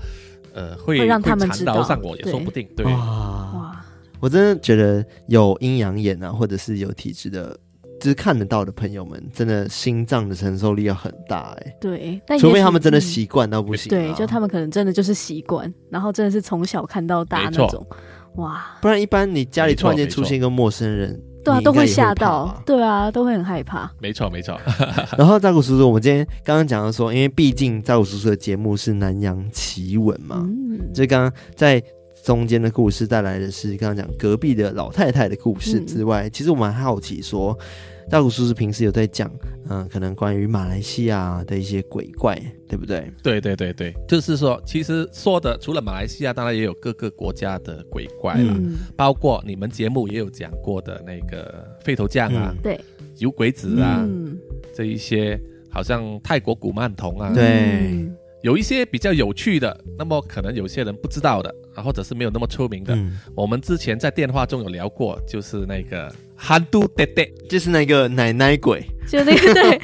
[SPEAKER 3] 呃，会
[SPEAKER 2] 会让他们
[SPEAKER 3] 缠
[SPEAKER 2] 知道
[SPEAKER 3] 绕上我也
[SPEAKER 2] 对
[SPEAKER 3] 说不定，对，
[SPEAKER 1] 哇，
[SPEAKER 2] 哇，
[SPEAKER 1] 我真的觉得有阴阳眼啊，或者是有体质的，就是看得到的朋友们，真的心脏的承受力要很大哎、
[SPEAKER 2] 对，但
[SPEAKER 1] 除
[SPEAKER 2] 也
[SPEAKER 1] 非
[SPEAKER 2] 许
[SPEAKER 1] 他们真的
[SPEAKER 2] 嗯
[SPEAKER 1] 习惯到不行、啊
[SPEAKER 2] 对，就他们可能真的就是习惯，然后真的是从小看到大
[SPEAKER 3] 没
[SPEAKER 2] 那
[SPEAKER 3] 错
[SPEAKER 2] 种，哇，
[SPEAKER 1] 不然一般你家里
[SPEAKER 3] 没错
[SPEAKER 1] 突然间
[SPEAKER 3] 没
[SPEAKER 1] 出
[SPEAKER 3] 错
[SPEAKER 1] 现一个陌生人，
[SPEAKER 2] 对啊，
[SPEAKER 1] 你应
[SPEAKER 2] 都
[SPEAKER 1] 该也会
[SPEAKER 2] 吓
[SPEAKER 1] 怕
[SPEAKER 2] 到
[SPEAKER 1] 吧，
[SPEAKER 2] 对啊，都会很害怕，
[SPEAKER 3] 没错没错，
[SPEAKER 2] 哦
[SPEAKER 1] 然后扎古叔叔，我们今天刚刚讲到说，因为毕竟扎古叔叔的节目是南洋奇闻嘛，
[SPEAKER 2] 嗯，
[SPEAKER 1] 所以刚刚在中间的故事带来的是刚刚讲隔壁的老太太的故事之外，
[SPEAKER 2] 嗯
[SPEAKER 1] 其实我蛮好奇说，扎古叔叔平时有在讲，嗯、可能关于马来西亚的一些鬼怪，对不对？
[SPEAKER 3] 对对对
[SPEAKER 1] 嗯
[SPEAKER 3] 对，就是说，其实说的除了马来西亚，当然也有各个国家的鬼怪啦，
[SPEAKER 2] 嗯，
[SPEAKER 3] 包括你们节目也有讲过的那个飞头匠啊、
[SPEAKER 1] 嗯
[SPEAKER 2] 对，
[SPEAKER 3] 油鬼子啊。
[SPEAKER 2] 嗯，
[SPEAKER 3] 这一些，好像泰国古曼童啊，
[SPEAKER 1] 对
[SPEAKER 2] 嗯
[SPEAKER 3] 有一些比较有趣的，那么可能有些人不知道的，啊，或者是没有那么出名的，
[SPEAKER 1] 嗯，
[SPEAKER 3] 我们之前在电话中有聊过，就是那个韩都爹 爹，
[SPEAKER 1] 就是那个奶奶鬼，
[SPEAKER 2] 就那个对，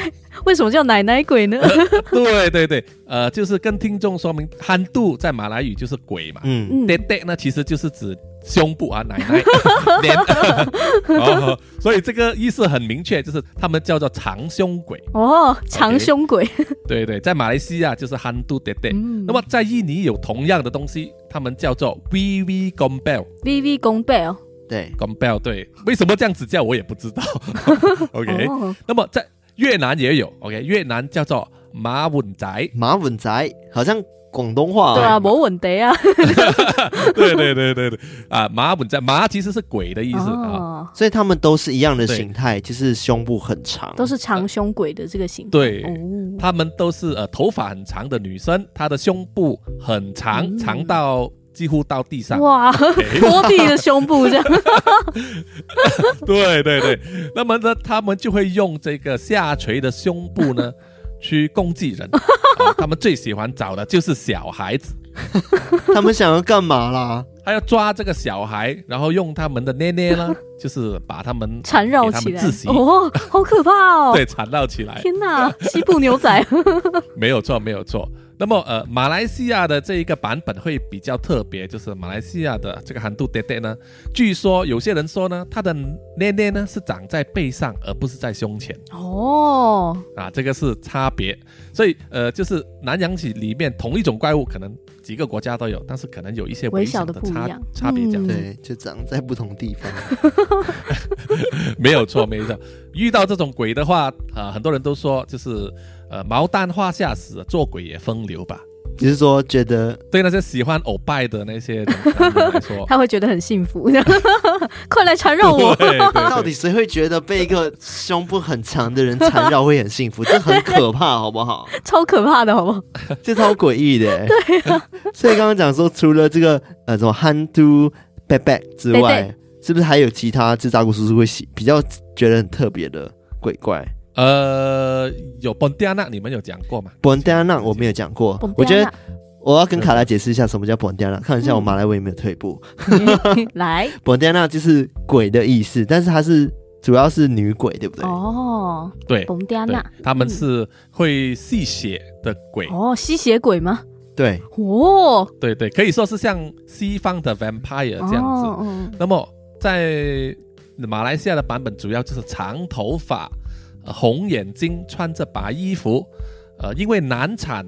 [SPEAKER 2] 为什么叫奶奶鬼呢？
[SPEAKER 3] 呃对对对，呃，就是跟听众说明，韩都在马来语就是鬼嘛，
[SPEAKER 1] 嗯，
[SPEAKER 2] 嗯
[SPEAKER 3] 爹爹呢其实就是指胸部啊，奶 奶，脸哦，所以这个意思很明确，就是他们叫做长胸鬼，
[SPEAKER 2] 哦，长胸鬼，
[SPEAKER 3] 对对，在马来西亚就是韩都爹爹，
[SPEAKER 2] 嗯
[SPEAKER 3] 那么在印尼有同样的东西，他们叫做 V V Gombel。
[SPEAKER 2] V V 公贝哦，
[SPEAKER 1] 对，，
[SPEAKER 3] Gombel 对，为什么这样子叫我也不知道。OK，、
[SPEAKER 2] 哦，
[SPEAKER 3] 那么在越南也有 OK，越南叫做马文 仔
[SPEAKER 1] 马文仔好像广东话、
[SPEAKER 2] 对啊，没问题啊，
[SPEAKER 3] 对对对对对啊，马文仔马其实是鬼的意思、啊。
[SPEAKER 2] 哦，
[SPEAKER 1] 所以他们都是一样的
[SPEAKER 3] 对
[SPEAKER 1] 形态，就是胸部很长，
[SPEAKER 2] 都是长胸鬼的这个型，
[SPEAKER 3] 哦对，
[SPEAKER 2] 哦，
[SPEAKER 3] 他们都是呃头发很长的女生，她的胸部很长，
[SPEAKER 2] 嗯
[SPEAKER 3] 长到几乎到地上。
[SPEAKER 2] 哇，拖地的胸部这样，
[SPEAKER 3] 对对对，那么呢，他们就会用这个下垂的胸部呢去攻击人、啊他们最喜欢找的就是小孩子。
[SPEAKER 1] 他们想要干嘛啦？
[SPEAKER 3] 他要抓这个小孩，然后用他们的捏捏啦，就是把他们
[SPEAKER 2] 缠绕起
[SPEAKER 3] 给
[SPEAKER 2] 来
[SPEAKER 3] 他们窒息，
[SPEAKER 2] 哦，好可怕哦！
[SPEAKER 3] 对缠绕起 来，
[SPEAKER 2] 天哪，西部牛 仔，
[SPEAKER 3] 没有错，没有错。那么呃，马来西亚的这一个版本会比较特别，就是马来西亚的这个韩度爹爹呢，据说有些人说呢，他的捏捏呢是长在背上，而不是在胸前
[SPEAKER 2] 哦，
[SPEAKER 3] 啊，这个是差别。所以呃，就是南洋起里面同一种怪物，可能几个国家都有，但是可能有一些
[SPEAKER 2] 微
[SPEAKER 3] 小
[SPEAKER 2] 小的不一
[SPEAKER 3] 差
[SPEAKER 2] 样
[SPEAKER 3] 差别这
[SPEAKER 2] 嗯
[SPEAKER 3] 样。
[SPEAKER 1] 对，就长在不同地方。
[SPEAKER 3] 没有错，没错。遇到这种鬼的话，呃，很多人都说就是呃毛蛋画下死，做鬼也风流吧。
[SPEAKER 1] 你是说觉得
[SPEAKER 3] 对那些喜欢欧拜的 那些人来说，
[SPEAKER 2] 他会觉得很幸福， 快来缠绕我，
[SPEAKER 3] 对对对
[SPEAKER 1] 到底谁会觉得被一个胸部很长的人缠绕会很幸福？这很可怕，好不好？
[SPEAKER 2] 超可怕的，好不好？
[SPEAKER 1] 这超诡异的、欸。对啊，所以刚刚讲说，除了这个呃什么 hand to back back 之外，
[SPEAKER 2] 对
[SPEAKER 1] 是不是还有其他这扎古叔叔会喜比较觉得很特别的鬼怪
[SPEAKER 3] 呃，有本地那你们有讲过吗？
[SPEAKER 1] ？Bondana 我没有讲过，我觉得我要跟卡拉解释一下什么叫 Bondana，看一下我马来文有没有退步。
[SPEAKER 2] 啊 来
[SPEAKER 1] Bondana 就是鬼的意思，但是它是主要是女鬼，对不对？
[SPEAKER 2] 哦，
[SPEAKER 3] 对，
[SPEAKER 2] 蹦迪安
[SPEAKER 3] 对
[SPEAKER 2] 娜，
[SPEAKER 3] 他们是会吸血的鬼，
[SPEAKER 2] 嗯哦，吸血鬼吗？
[SPEAKER 1] 对，
[SPEAKER 2] 哦，
[SPEAKER 3] 对对，可以说是像西方的 vampire 呃这样子。
[SPEAKER 2] 哦嗯
[SPEAKER 3] 那么在马来西亚的版本主要就是长头发、呃红眼睛、穿着白衣服，呃，因为难产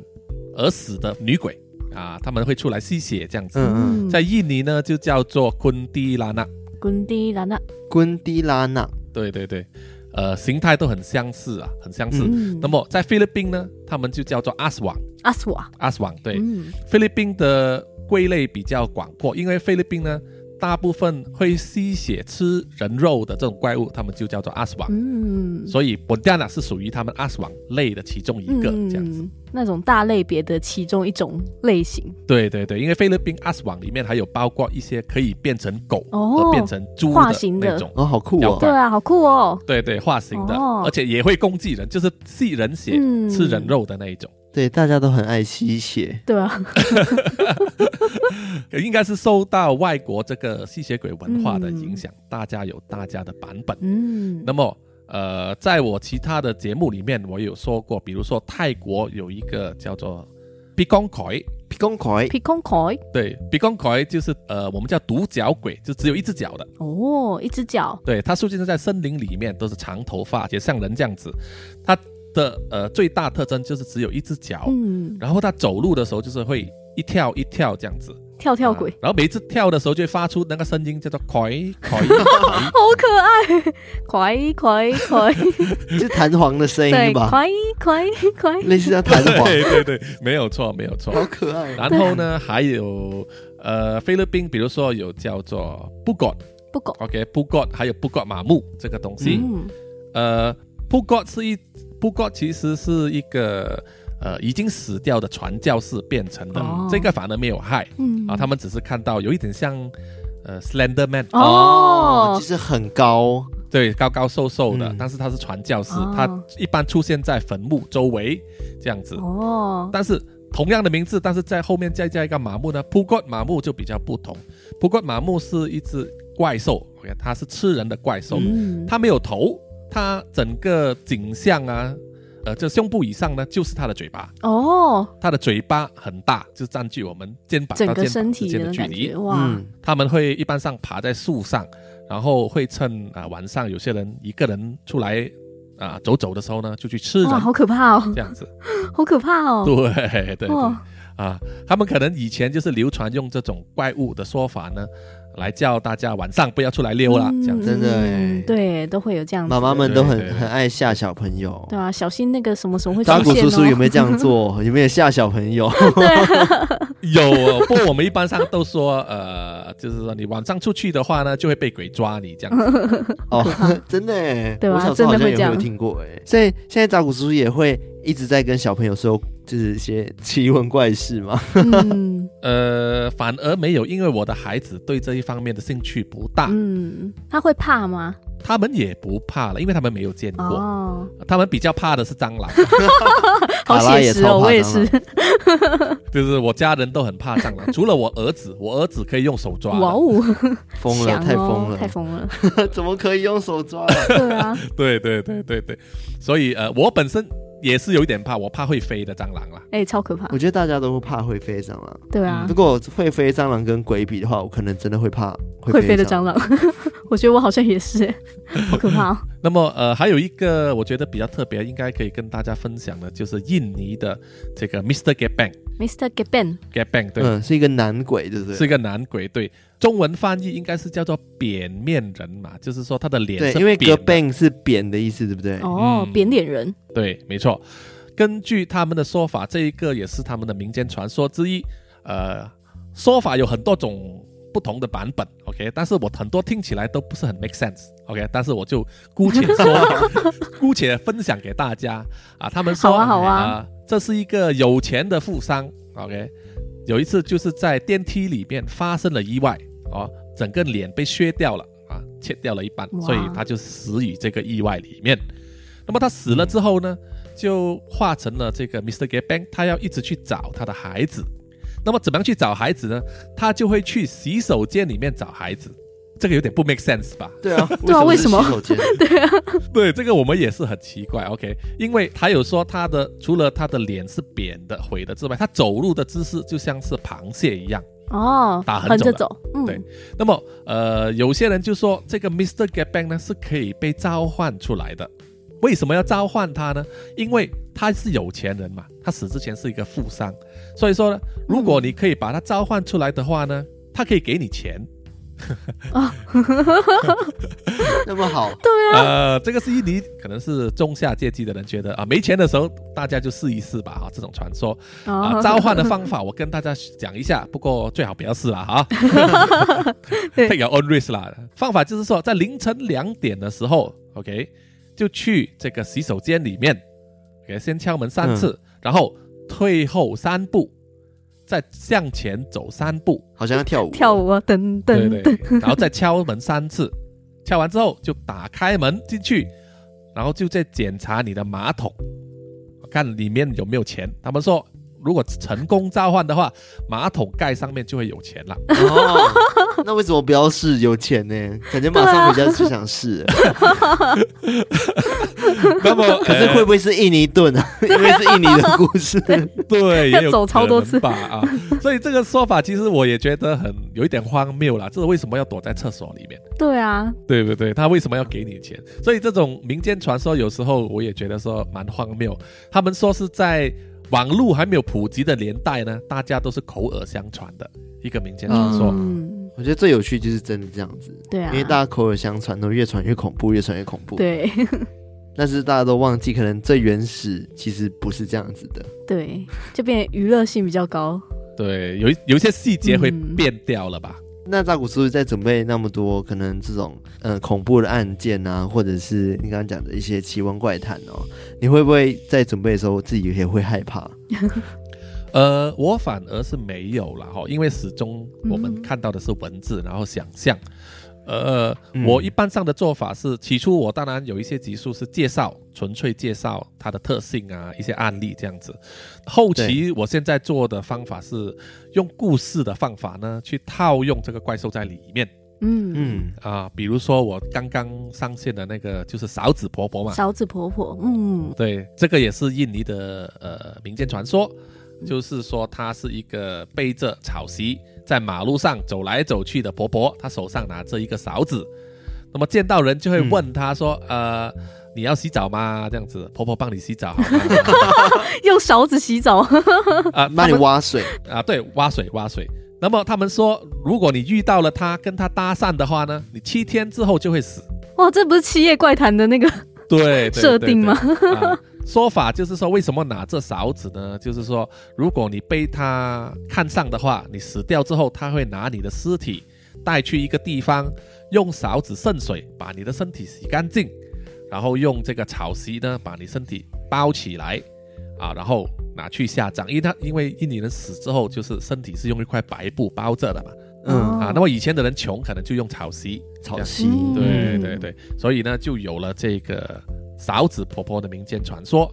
[SPEAKER 3] 而死的女鬼啊，他们会出来吸血这样子。
[SPEAKER 1] 嗯嗯，
[SPEAKER 3] 在印尼呢，就叫做昆蒂拉纳，
[SPEAKER 2] 滚迪兰娜，
[SPEAKER 1] 昆迪拉娜，
[SPEAKER 3] 对对对，呃，形态都很相似啊，很相似。
[SPEAKER 2] 嗯
[SPEAKER 3] 那么在菲律宾呢，他们就叫做阿斯旺，
[SPEAKER 2] 阿斯瓦，
[SPEAKER 3] 阿斯旺对，啊
[SPEAKER 2] 嗯，
[SPEAKER 3] 菲律宾的归类比较广阔，因为菲律宾呢，大部分会吸血吃人肉的这种怪物，他们就叫做阿斯王。
[SPEAKER 2] 嗯，
[SPEAKER 3] 所以 b o n d a n a 是属于他们阿斯王类的其中一个，这样子。
[SPEAKER 2] 嗯，那种大类别的其中一种类型，
[SPEAKER 3] 对对对，因为菲律宾阿斯王里面还有包括一些可以变成狗
[SPEAKER 2] 哦
[SPEAKER 3] 和呃变成猪
[SPEAKER 2] 化形的
[SPEAKER 3] 那种。
[SPEAKER 1] 哦，好酷
[SPEAKER 3] 妖
[SPEAKER 1] 哦
[SPEAKER 2] 对
[SPEAKER 3] 怪！
[SPEAKER 2] 啊，好酷哦，
[SPEAKER 3] 对对，化形的，
[SPEAKER 2] 哦
[SPEAKER 3] 而且也会攻击人，就是吸人血、
[SPEAKER 2] 嗯
[SPEAKER 3] 吃人肉的那一种，
[SPEAKER 1] 对，大家都很爱吸血。
[SPEAKER 2] 对啊，
[SPEAKER 3] 应该是受到外国这个吸血鬼文化的影响，大家有大家的版本。
[SPEAKER 2] 嗯
[SPEAKER 3] 那，么，呃，在我其他的节目里面，我有说过，比如说泰国有一个叫做 b i g o n k o i
[SPEAKER 1] 皮公鬼，
[SPEAKER 2] 皮空口，
[SPEAKER 3] 对 b i g o n k o i 就是呃，我们叫独角鬼，就只有一只脚的。
[SPEAKER 2] 哦，一只脚，
[SPEAKER 3] 对，它究竟是在森林里面，都是长头发，也像人这样子。它的呃最大特征就是只有一只脚，
[SPEAKER 2] 嗯，
[SPEAKER 3] 然后它走路的时候就是会一跳一跳这样子。
[SPEAKER 2] 跳跳鬼
[SPEAKER 3] 啊。然后每一次跳的时候就会发出那个声音，叫做 “koi koi”。
[SPEAKER 2] 好可爱， 快快快，
[SPEAKER 1] 是弹簧的声
[SPEAKER 2] 对，
[SPEAKER 1] 音吧？
[SPEAKER 2] 快快快，
[SPEAKER 1] 类似像弹簧，
[SPEAKER 3] 对对对， 没有错，没有错。
[SPEAKER 1] 好可爱哦。
[SPEAKER 3] 然后呢，还有呃菲律宾，比如说有叫做布 u
[SPEAKER 2] 不狗，
[SPEAKER 3] o k 布 u 还有布 u 马木这个东西。
[SPEAKER 2] 嗯，
[SPEAKER 3] 呃，布 u 是一布 u 其实是一个呃已经死掉的传教士变成的，
[SPEAKER 2] 哦
[SPEAKER 3] 这个反而没有害
[SPEAKER 2] 嗯
[SPEAKER 3] 啊，他们只是看到有一点像呃 Slender Man，、
[SPEAKER 2] 哦，
[SPEAKER 1] 就是很高，
[SPEAKER 3] 对，高高瘦瘦的，
[SPEAKER 1] 嗯
[SPEAKER 3] 但是他是传教士，
[SPEAKER 2] 哦
[SPEAKER 3] 他一般出现在坟墓周围这样子。
[SPEAKER 2] 哦，
[SPEAKER 3] 但是同样的名字，但是在后面再加一个马木呢，扑克马木就比较不同。扑克马木是一只怪兽，OK，它是吃人的怪兽，
[SPEAKER 2] 嗯，
[SPEAKER 3] 它没有头，它整个颈项啊，呃，这胸部以上呢就是它的嘴巴，
[SPEAKER 2] 哦，
[SPEAKER 3] 它的嘴巴很大，就占据我们肩膀
[SPEAKER 2] 整
[SPEAKER 3] 到
[SPEAKER 2] 个
[SPEAKER 3] 肩
[SPEAKER 2] 身
[SPEAKER 3] 膀之
[SPEAKER 2] 体
[SPEAKER 3] 间
[SPEAKER 2] 的
[SPEAKER 3] 距
[SPEAKER 2] 感
[SPEAKER 3] 离
[SPEAKER 2] 觉，。哇，
[SPEAKER 1] 嗯
[SPEAKER 3] 他们会一般上爬在树上，然后会趁啊、晚上有些人一个人出来啊、走走的时候呢，就去吃人
[SPEAKER 2] 哇，好可怕哦，
[SPEAKER 3] 这样子。
[SPEAKER 2] 好可怕哦，
[SPEAKER 3] 对对对
[SPEAKER 2] 哇，
[SPEAKER 3] 啊，他们可能以前就是流传用这种怪物的说法呢，来叫大家晚上不要出来溜了，这样
[SPEAKER 2] 嗯
[SPEAKER 3] 子。
[SPEAKER 1] 真的
[SPEAKER 2] 嗯
[SPEAKER 1] 哎
[SPEAKER 2] 对，都会有这样子
[SPEAKER 1] 妈
[SPEAKER 2] 的，
[SPEAKER 1] 妈们都很
[SPEAKER 3] 对对对
[SPEAKER 1] 很爱吓小朋友。
[SPEAKER 2] 对啊，小心那个什么什么会出
[SPEAKER 1] 扎古
[SPEAKER 2] 现
[SPEAKER 1] 叔
[SPEAKER 2] 哦，
[SPEAKER 1] 叔有没有这样做？有没有吓小朋 友？
[SPEAKER 2] 对啊，
[SPEAKER 3] 有哦， 不过我们一般上都说，呃，就是说你晚上出去的话呢，就会被鬼抓你这样子。
[SPEAKER 1] 哦
[SPEAKER 2] 可怕，
[SPEAKER 1] 真的哎，
[SPEAKER 2] 对吧啊
[SPEAKER 1] 我小时候好像
[SPEAKER 2] 真的会
[SPEAKER 1] 也
[SPEAKER 2] 这
[SPEAKER 1] 没有
[SPEAKER 2] 样
[SPEAKER 1] 听过哎，所以现在扎古叔叔也会一直在跟小朋友说，就是一些奇闻怪事嘛。
[SPEAKER 2] 嗯
[SPEAKER 3] 呃，反而没有，因为我的孩子对这一方面的兴趣不大，
[SPEAKER 2] 嗯，他会怕吗？
[SPEAKER 3] 他们也不怕了，因为他们没有见过，
[SPEAKER 2] 哦，
[SPEAKER 3] 他们比较怕的是蟑螂。
[SPEAKER 2] 好
[SPEAKER 1] 卡拉
[SPEAKER 2] 写
[SPEAKER 1] 也
[SPEAKER 2] 实
[SPEAKER 1] 超
[SPEAKER 2] 哦，
[SPEAKER 1] 怕
[SPEAKER 2] 我也
[SPEAKER 1] 蟑螂
[SPEAKER 2] 是，
[SPEAKER 3] 就是我家人都很怕蟑螂，除了我儿子，我儿子可以用手抓的。
[SPEAKER 2] 哇哦，
[SPEAKER 1] 疯了，
[SPEAKER 2] 强
[SPEAKER 1] 太疯
[SPEAKER 2] 哦，
[SPEAKER 1] 了
[SPEAKER 2] 太，疯了，
[SPEAKER 1] 怎么可以用手抓？
[SPEAKER 2] 对啊，
[SPEAKER 3] 对对对对对，所以呃，我本身也是有一点怕，我怕会飞的蟑螂啦。
[SPEAKER 2] 哎，超可怕，
[SPEAKER 1] 我觉得大家都会怕会飞蟑螂。
[SPEAKER 2] 对啊
[SPEAKER 1] 如，果会飞蟑螂跟鬼比的话，我可能真的会怕
[SPEAKER 2] 会
[SPEAKER 1] 飞
[SPEAKER 2] 飞的
[SPEAKER 1] 蟑
[SPEAKER 2] 蟑。螂， 我觉得我好像也是，好可怕哦，
[SPEAKER 3] 那么呃，还有一个我觉得比较特别，应该可以跟大家分享的，就是印尼的这个 Mr. Get Bang
[SPEAKER 2] Mr. Gaben，
[SPEAKER 3] Get Bang，对，
[SPEAKER 1] 嗯，是一个男鬼，对不对？
[SPEAKER 3] 是一个男鬼，对，中文翻译应该是叫做扁面人嘛，就是说他的脸
[SPEAKER 1] 对，
[SPEAKER 3] 是
[SPEAKER 1] 因为 g
[SPEAKER 3] 扁
[SPEAKER 1] b a
[SPEAKER 3] 的，
[SPEAKER 1] n 是扁的意思，对不对？
[SPEAKER 2] 哦，
[SPEAKER 3] 嗯
[SPEAKER 2] 扁脸人，
[SPEAKER 3] 对，没错。根据他们的说法，这一个也是他们的民间传说之一。呃，说法有很多种不同的版本，OK，但是我很多听起来都不是很 make sense，OK，、但是我就姑且 说，姑且分享给大家啊。他们说，
[SPEAKER 2] 好啊好啊
[SPEAKER 3] 呃这是一个有钱的富商，OK，有一次就是在电梯里面发生了意外，哦，整个脸被削掉了啊，切掉了一半，
[SPEAKER 2] 哇
[SPEAKER 3] 所以他就死于这个意外里面。那么他死了之后呢，就化成了这个 Mr. Get Bang，他要一直去找他的孩子。那么怎么样去找孩子呢？他就会去洗手间里面找孩子，这个有点不 make sense 吧？
[SPEAKER 1] 对啊，
[SPEAKER 2] 对啊
[SPEAKER 1] 是洗手间？
[SPEAKER 3] 对，这个我们也是很奇怪。OK，因为他有说他的除了他的脸是扁的、毁的之外，他走路的姿势就像是螃蟹一样。
[SPEAKER 2] 哦，
[SPEAKER 3] 打横
[SPEAKER 2] 横着
[SPEAKER 3] 走
[SPEAKER 2] 走，嗯，
[SPEAKER 3] 对那么，呃，有些人就说这个 Mr. Get Bang 呢是可以被召唤出来的。为什么要召唤他呢？因为他是有钱人嘛，他死之前是一个富商，所以说呢，如果你可以把他召唤出来的话呢，他可以给你钱。
[SPEAKER 1] 那么好，
[SPEAKER 3] 呃，这个是印尼可能是中下阶级的人觉得啊，没钱的时候大家就试一试吧，哈、这种传说啊、
[SPEAKER 2] 哦，
[SPEAKER 3] 召唤的方法我跟大家讲一下，不过最好不要试了哈。
[SPEAKER 2] 对
[SPEAKER 3] take your own risk 啦。方法就是说，在凌晨两点的时候，OK，就去这个洗手间里面，OK，先敲门三次，然后退后三步，再向前走三步，
[SPEAKER 1] 好像要跳舞。
[SPEAKER 2] 跳舞啊，噔
[SPEAKER 3] 对
[SPEAKER 2] 噔
[SPEAKER 3] 对，然后再敲门三次，敲完之后就打开门进去，然后就再检查你的马桶，看里面有没有钱。他们说。如果成功召唤的话，马桶盖上面就会有钱了。
[SPEAKER 1] 哦，那为什么不要试有钱呢？感觉马上回家就想试了。
[SPEAKER 2] 啊
[SPEAKER 3] 那 么，呃
[SPEAKER 1] 可是会不会是印尼盾啊？因为是印尼的故 事。
[SPEAKER 3] 对，也有
[SPEAKER 2] 走超多
[SPEAKER 3] 可能
[SPEAKER 2] 次
[SPEAKER 3] 吧啊！所以这个说法其实我也觉得很有一点荒谬啦。这为什么要躲在厕所里面？
[SPEAKER 2] 对啊，
[SPEAKER 3] 对不对？他为什么要给你钱？所以这种民间传说有时候我也觉得说蛮荒谬。他们说是在网络还没有普及的年代呢，大家都是口耳相传的一个民间传说。
[SPEAKER 2] 嗯，
[SPEAKER 1] 我觉得最有趣就是真的这样子，
[SPEAKER 2] 对啊，
[SPEAKER 1] 因为大家口耳相传，都越传越恐怖，越传越恐怖。，
[SPEAKER 2] 对
[SPEAKER 1] 但是大家都忘记，可能最原始其实不是这样子的。
[SPEAKER 2] 对，就变娱乐性比较高，
[SPEAKER 3] 对，有一有一些细节会
[SPEAKER 2] 嗯
[SPEAKER 3] 变掉了吧？
[SPEAKER 1] 那扎古叔叔在准备那么多可能这种呃恐怖的案件啊，或者是你刚刚讲的一些奇闻怪谈哦，你会不会在准备的时候自己也会害怕？
[SPEAKER 3] 呃，我反而是没有啦，哈，因为始终我们
[SPEAKER 2] 嗯
[SPEAKER 3] 看到的是文字，然后想象。呃，
[SPEAKER 1] 嗯
[SPEAKER 3] 我一般上的做法是，起初我当然有一些集数是介绍，纯粹介绍它的特性啊，一些案例这样子。后期我现在做的方法是用故事的方法呢，去套用这个怪兽在里面
[SPEAKER 2] 嗯，
[SPEAKER 1] 嗯，
[SPEAKER 3] 啊，比如说我刚刚上线的那个就是勺子婆婆嘛，
[SPEAKER 2] 勺子婆婆，嗯
[SPEAKER 3] 对，这个也是印尼的呃民间传说，就是说她是一个背着草席在马路上走来走去的婆婆，她手上拿着一个勺子，那么见到人就会问她说，呃，你要洗澡吗？这样子，婆婆帮你洗澡好吗？
[SPEAKER 2] 用勺子洗澡，
[SPEAKER 3] 啊，
[SPEAKER 1] 帮
[SPEAKER 3] 他
[SPEAKER 1] 你
[SPEAKER 3] 们
[SPEAKER 1] 挖水，
[SPEAKER 3] 啊，对，挖水挖水。那么他们说，如果你遇到了她，跟她搭讪的话呢，你七天之后就会死。
[SPEAKER 2] 哇，这不是《七夜怪谈》的那个
[SPEAKER 3] 对对
[SPEAKER 2] 设定吗？
[SPEAKER 3] 对对啊说法就是说，为什么拿这勺子呢？就是说，如果你被他看上的话，你死掉之后，他会拿你的尸体带去一个地方，用勺子渗水把你的身体洗干净，然后用这个草席呢把你身体包起来，啊，然后拿去下葬。因为他因为印尼人死之后，就是身体是用一块白布包着的嘛，
[SPEAKER 1] 嗯，
[SPEAKER 2] 哦
[SPEAKER 3] 啊，那么以前的人穷，可能就用草席，
[SPEAKER 1] 草
[SPEAKER 3] 这样
[SPEAKER 1] 席，
[SPEAKER 2] 嗯
[SPEAKER 3] 对对对，所以呢，就有了这个勺子婆婆的民间传说。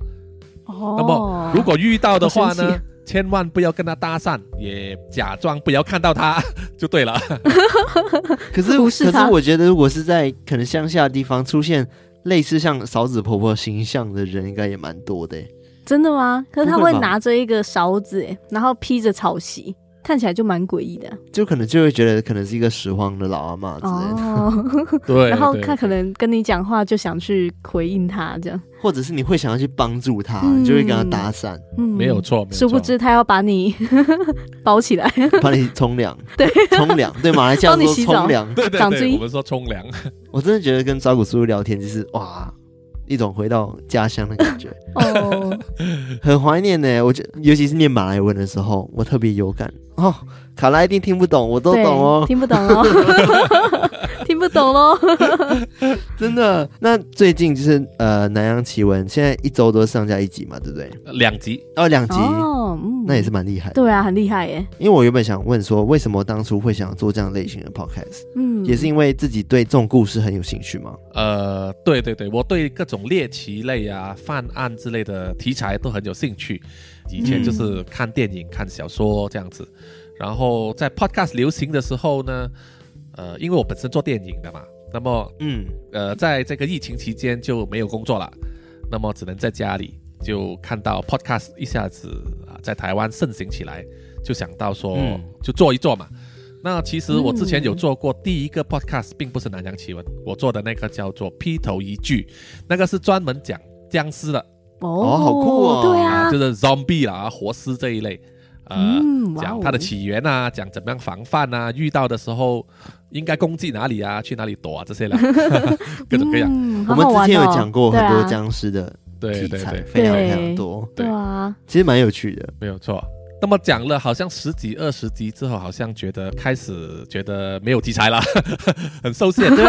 [SPEAKER 2] 哦
[SPEAKER 3] 那么啊如果遇到的话
[SPEAKER 2] 好神
[SPEAKER 3] 呢
[SPEAKER 2] 奇，
[SPEAKER 3] 千万不要跟她搭讪，也假装不要看到她 就对了。
[SPEAKER 1] 可是
[SPEAKER 2] 不是
[SPEAKER 1] 可
[SPEAKER 2] 他
[SPEAKER 1] 是我觉得，如果是在可能乡下的地方出现类似像勺子婆婆形象的人，应该也蛮多的欸。
[SPEAKER 2] 真的吗？可是他
[SPEAKER 1] 不会
[SPEAKER 2] 会
[SPEAKER 1] 吧
[SPEAKER 2] 拿着一个勺子，哎然后披着草席，看起来就蛮诡异的
[SPEAKER 1] 就可能就会觉得可能是一个拾荒的老阿嬷啊之类的，
[SPEAKER 2] 哦。
[SPEAKER 3] 对
[SPEAKER 2] 然后他可能跟你讲话就想去回应他这样，
[SPEAKER 1] 或者是你会想要去帮助她，
[SPEAKER 2] 嗯
[SPEAKER 1] 你就会跟她搭 讪，
[SPEAKER 2] 嗯，
[SPEAKER 3] 没有。错，没有
[SPEAKER 2] 殊不
[SPEAKER 3] 错。
[SPEAKER 2] 知他要把你 包起来，
[SPEAKER 1] 帮你冲 凉，对，冲凉，对，马来西亚
[SPEAKER 2] 帮你
[SPEAKER 1] 说
[SPEAKER 2] 洗澡
[SPEAKER 1] 冲凉，
[SPEAKER 3] 对对
[SPEAKER 2] 长
[SPEAKER 3] 对，
[SPEAKER 2] 锥
[SPEAKER 3] 我们说冲凉，
[SPEAKER 1] 我真的觉得跟抓骨叔聊天就是哇，一种回到家乡的 感觉，
[SPEAKER 2] 哦，
[SPEAKER 1] 很怀念呢。我觉得尤其是念马来文的时候，我特别有感哦。卡拉一定听不懂，我都
[SPEAKER 2] 对，
[SPEAKER 1] 懂哦，
[SPEAKER 2] 听不懂哦，听不懂喽。
[SPEAKER 1] 真的。那最近就是呃南洋奇闻，现在一周都上架一集嘛，对不对？
[SPEAKER 3] 两集
[SPEAKER 1] 哦，两集，
[SPEAKER 2] 呃哦，嗯，
[SPEAKER 1] 那也是蛮厉害的。
[SPEAKER 2] 对啊，很厉害耶，
[SPEAKER 1] 因为我原本想问说，为什么当初会想做这样类型的 podcast，、
[SPEAKER 2] 嗯，
[SPEAKER 1] 也是因为自己对这种故事很有兴趣嘛。
[SPEAKER 3] 呃，对对对，我对各种猎奇类啊、犯案之类的题材都很有兴趣。以前就是看电影、看小说这样子，然后在 podcast 流行的时候呢，呃，因为我本身做电影的嘛，那么
[SPEAKER 1] 嗯，
[SPEAKER 3] 呃，在这个疫情期间就没有工作了，那么只能在家里，就看到 podcast 一下子啊在台湾盛行起来，就想到说、
[SPEAKER 1] 嗯
[SPEAKER 3] 就做一做嘛。那其实我之前
[SPEAKER 2] 嗯
[SPEAKER 3] 有做过第一个 podcast，并不是南洋奇闻，我做的那个叫做《劈头一句》，那个是专门讲僵尸的
[SPEAKER 1] 哦好酷哦
[SPEAKER 2] 对
[SPEAKER 3] 啊，
[SPEAKER 2] 啊
[SPEAKER 3] 就，是 zombie 啦、活尸这一类，呃，
[SPEAKER 2] 嗯，哇
[SPEAKER 3] 讲
[SPEAKER 2] 哦
[SPEAKER 3] 它的起源啊，讲怎么样防范啊，遇到的时候应该攻击哪里啊，去哪里躲啊 这些啦， 各种各样。
[SPEAKER 2] 嗯、
[SPEAKER 1] 我
[SPEAKER 2] 好
[SPEAKER 1] 们
[SPEAKER 2] 好
[SPEAKER 1] 之
[SPEAKER 2] 玩
[SPEAKER 1] 前有
[SPEAKER 2] 哦
[SPEAKER 1] 讲过
[SPEAKER 2] 对
[SPEAKER 1] 很多
[SPEAKER 2] 啊
[SPEAKER 1] 僵尸的
[SPEAKER 3] 对
[SPEAKER 1] 题
[SPEAKER 3] 对
[SPEAKER 1] 材，
[SPEAKER 3] 对，
[SPEAKER 1] 非常非
[SPEAKER 2] 对
[SPEAKER 1] 常多，
[SPEAKER 2] 对啊，
[SPEAKER 1] 其实蛮有趣的。
[SPEAKER 3] 没有错。那么讲了好像十几二十集之后，好像觉得开始觉得没有题材了， 很受限。
[SPEAKER 1] 对，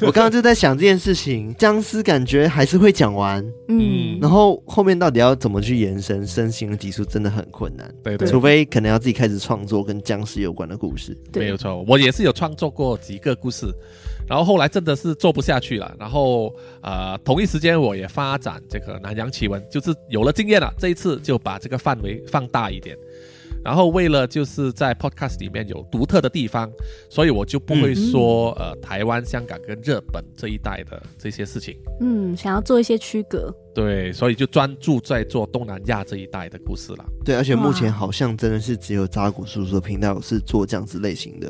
[SPEAKER 1] 我刚刚就在想这件事情， 僵尸感觉还是会讲完，
[SPEAKER 2] 嗯，
[SPEAKER 1] 然后后面到底要怎么去延伸身形的技术，真的很困难。
[SPEAKER 3] 对对
[SPEAKER 1] 除非可能要自己开始创作跟僵尸有关的故事，
[SPEAKER 3] 没
[SPEAKER 2] 对，
[SPEAKER 3] 有错，我也是有创作过几个故事，然后后来真的是做不下去了，然后呃，同一时间我也发展这个南洋奇闻，就是有了经验了，这一次就把这个范围放大一点。然后为了就是在 podcast 里面有独特的地方，所以我就不会说、呃台湾、香港跟日本这一带的这些事情。
[SPEAKER 2] 嗯，想要做一些区隔，
[SPEAKER 3] 对，所以就专注在做东南亚这一带的故事了。
[SPEAKER 1] 对，而且目前
[SPEAKER 2] 哇
[SPEAKER 1] 好像真的是只有扎古叔叔的频道是做这样子类型的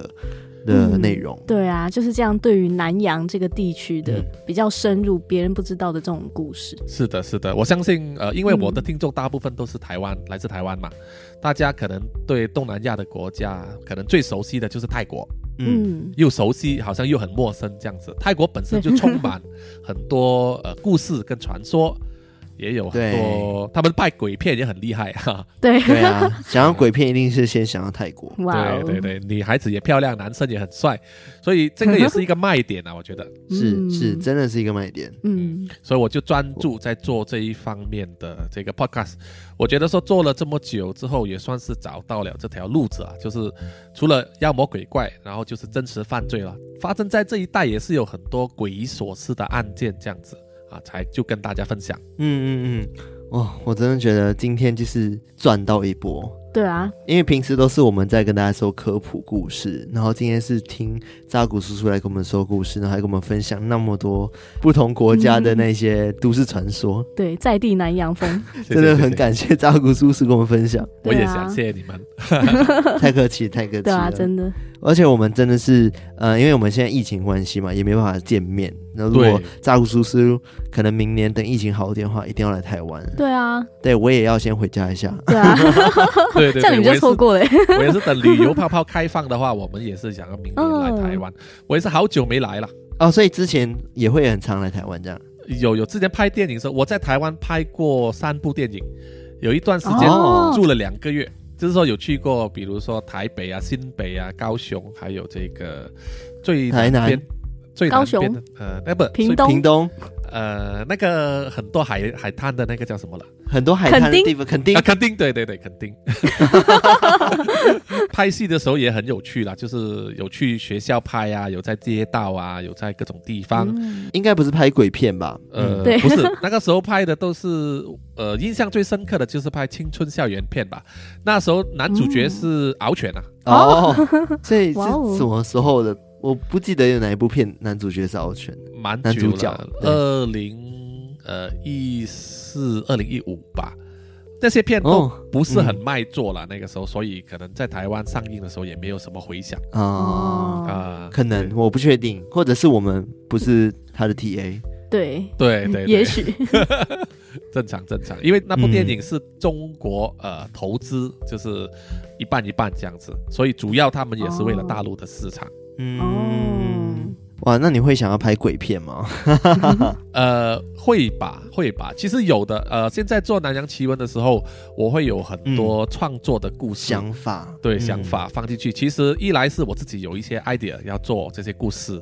[SPEAKER 1] 的
[SPEAKER 2] 嗯
[SPEAKER 1] 内容。
[SPEAKER 2] 对啊，就是这样，对于南洋这个地区的、
[SPEAKER 3] 嗯
[SPEAKER 2] 比较深入，别人不知道的这种故事，
[SPEAKER 3] 是的，是的，我相信，呃，因为我的
[SPEAKER 2] 嗯
[SPEAKER 3] 听众大部分都是台湾，来自台湾嘛，大家可能对东南亚的国家，可能最熟悉的就是泰国，
[SPEAKER 1] 嗯，
[SPEAKER 2] 嗯
[SPEAKER 3] 又熟悉，好像又很 陌生这样子。泰国本身就充满很多呃故事跟传说，也有很多，他们拜鬼片也很厉害哈、
[SPEAKER 2] 对，
[SPEAKER 1] 对啊， 想要鬼片一定是先想要泰国。
[SPEAKER 2] 哇哦，
[SPEAKER 3] 对对对，女孩子也漂亮，男生也很帅，所以这个也是一个卖点啊，我觉得。
[SPEAKER 1] 是是，
[SPEAKER 2] 嗯
[SPEAKER 1] 真的是一个卖点。
[SPEAKER 2] 嗯，
[SPEAKER 3] 所以我就专注在做这一方面的这个 podcast。我觉得说做了这么久之后，也算是找到了这条路子啊，就是除了妖魔鬼怪，然后就是真实犯罪了。发生在这一带也是有很多诡异所思的案件，这样子啊，才就跟大家分享。
[SPEAKER 1] 嗯嗯嗯，哦，我真的觉得今天就是赚到一波，
[SPEAKER 2] 对啊，
[SPEAKER 1] 因为平时都是我们在跟大家说科普故事，然后今天是听扎古叔叔来给我们说故事，然后还给我们分享那么多不同国家的那些都市传说，
[SPEAKER 2] 对，在地南洋风，
[SPEAKER 3] 谢谢
[SPEAKER 1] 真的很，
[SPEAKER 3] 谢
[SPEAKER 1] 感谢扎古叔叔跟我们分享，
[SPEAKER 3] 谢我也
[SPEAKER 2] 对啊
[SPEAKER 3] 想谢谢你 们。
[SPEAKER 1] 太客气太客气
[SPEAKER 2] 对
[SPEAKER 1] 了，
[SPEAKER 2] 啊，真的，
[SPEAKER 1] 而且我们真的是，呃，因为我们现在疫情关系嘛，也没办法见面。那如果
[SPEAKER 3] 对
[SPEAKER 1] 扎古叔叔可能明年等疫情好一点的话，一定要来台湾。
[SPEAKER 2] 对啊，
[SPEAKER 1] 对我也要先回家一下。
[SPEAKER 2] 对啊，
[SPEAKER 3] 对对
[SPEAKER 2] 这样你们
[SPEAKER 3] 对，我
[SPEAKER 2] 就
[SPEAKER 3] 也是
[SPEAKER 2] 错过了欸。
[SPEAKER 3] 我也是等旅游泡泡开放的话，我们也是想要明年来台
[SPEAKER 2] 哦
[SPEAKER 3] 湾。我也是好久没来了，
[SPEAKER 1] 哦，所以之前也会很常来台湾这样。
[SPEAKER 3] 有有之前拍电影的时候，我在台湾拍过三部电影，有一段时间
[SPEAKER 1] 哦
[SPEAKER 3] 住了两个月，就是说有去过，比如说台北啊、新北啊、高雄，还有这个最
[SPEAKER 1] 台南
[SPEAKER 3] 边最南
[SPEAKER 2] 高雄
[SPEAKER 3] 边的呃，那不
[SPEAKER 2] 屏
[SPEAKER 3] 最
[SPEAKER 2] 东
[SPEAKER 1] 屏东
[SPEAKER 3] 呃那个很多海海滩的那个叫什么了？
[SPEAKER 1] 很多海滩
[SPEAKER 2] 垦
[SPEAKER 1] 的
[SPEAKER 2] 丁
[SPEAKER 1] 地方，肯定
[SPEAKER 3] 啊，肯定，对对对，肯 定。拍戏的时候也很有趣啦，就是有去学校拍啊，有在街道啊，有在各种地方。
[SPEAKER 2] 嗯
[SPEAKER 1] 应该不是拍鬼片吧？
[SPEAKER 3] 呃，
[SPEAKER 1] 嗯
[SPEAKER 2] 对
[SPEAKER 3] 不是那个时候拍的都是呃，印象最深刻的就是拍青春校园片吧。那时候男主
[SPEAKER 2] 嗯
[SPEAKER 3] 角是敖犬啊，
[SPEAKER 1] 哦， 所以是
[SPEAKER 2] 哇哦
[SPEAKER 1] 什么时候的？我不记得有哪一部片男主角是敖犬。
[SPEAKER 3] 蛮
[SPEAKER 1] 男
[SPEAKER 3] 久
[SPEAKER 1] 主角
[SPEAKER 3] 了，
[SPEAKER 1] 对
[SPEAKER 3] 二零呃一四二零一五吧。这些片都
[SPEAKER 1] 哦
[SPEAKER 3] 不是很卖座了，那个时候，所以可能在台湾上映的时候也没有什么回响
[SPEAKER 1] 啊、
[SPEAKER 2] 哦，
[SPEAKER 3] 啊、
[SPEAKER 1] 可能我不确定，或者是我们不是他的 TA。
[SPEAKER 2] 对，
[SPEAKER 3] 对对对，
[SPEAKER 2] 也许
[SPEAKER 3] 正常正常，因为那部电影是中国、呃投资，就是一半一半这样子，所以主要他们也是为了大陆的市场。
[SPEAKER 1] 嗯，
[SPEAKER 2] 哦，
[SPEAKER 1] 哇，那你会想要拍鬼片吗？
[SPEAKER 3] 嗯呃，会吧，会吧。其实有的，呃，现在做南洋奇闻的时候，我会有很多创作的故事，
[SPEAKER 1] 嗯想法，
[SPEAKER 3] 对、
[SPEAKER 1] 嗯
[SPEAKER 3] 想，法放进去。其实一来是我自己有一些 idea 要做这些故事，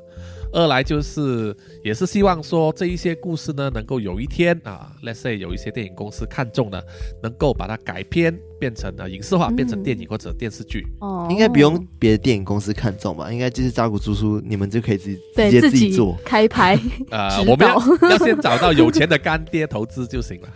[SPEAKER 3] 二来就是也是希望说这一些故事呢，能够有一天啊，let's say 有一些电影公司看中了，能够把它改编变成呃影视化，
[SPEAKER 2] 嗯
[SPEAKER 3] 变成电影或者电视剧。
[SPEAKER 2] 哦
[SPEAKER 1] 应该不用别的电影公司看中吧？应该就是扎古叔叔，你们就可以自己直
[SPEAKER 2] 对
[SPEAKER 1] 接
[SPEAKER 2] 自
[SPEAKER 1] 己
[SPEAKER 2] 己
[SPEAKER 1] 做。
[SPEAKER 2] 开拍，
[SPEAKER 3] 呃，
[SPEAKER 2] 嗯指导
[SPEAKER 3] 我们要要先找到有钱的干爹投资 就行了。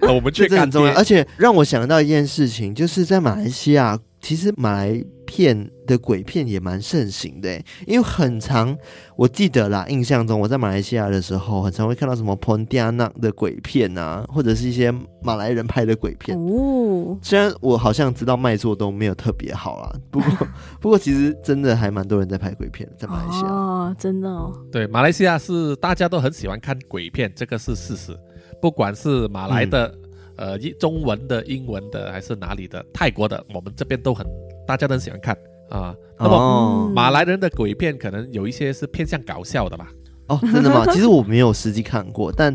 [SPEAKER 3] 呃我们
[SPEAKER 1] 这
[SPEAKER 3] 去
[SPEAKER 1] 真的
[SPEAKER 3] 干
[SPEAKER 1] 很
[SPEAKER 3] 爹
[SPEAKER 1] 重要，而且让我想到一件事情，就是在马来西亚，其实马来片的鬼片也蛮盛行的欸，因为很长，我记得啦，印象中我在马来西亚的时候，很常会看到什么 p o n d i a n a 的鬼片啊，或者是一些马来人拍的鬼片。
[SPEAKER 2] 哦，
[SPEAKER 1] 虽然我好像知道卖座都没有特别好啦，不过不过其实真的还蛮多人在拍鬼片，在马来西亚。
[SPEAKER 2] 哦，真的哦，
[SPEAKER 3] 对马来西亚是大家都很喜欢看鬼片，这个是事实。不管是马来的、
[SPEAKER 1] 嗯
[SPEAKER 3] 呃一中文的、英文的，还是哪里的，泰国的，我们这边都很大家都很喜欢看啊。那么、
[SPEAKER 1] 哦
[SPEAKER 2] 嗯
[SPEAKER 3] 马来人的鬼片可能有一些是偏向搞 笑的吧。
[SPEAKER 1] 哦，真的吗？其实我没有实际看过，但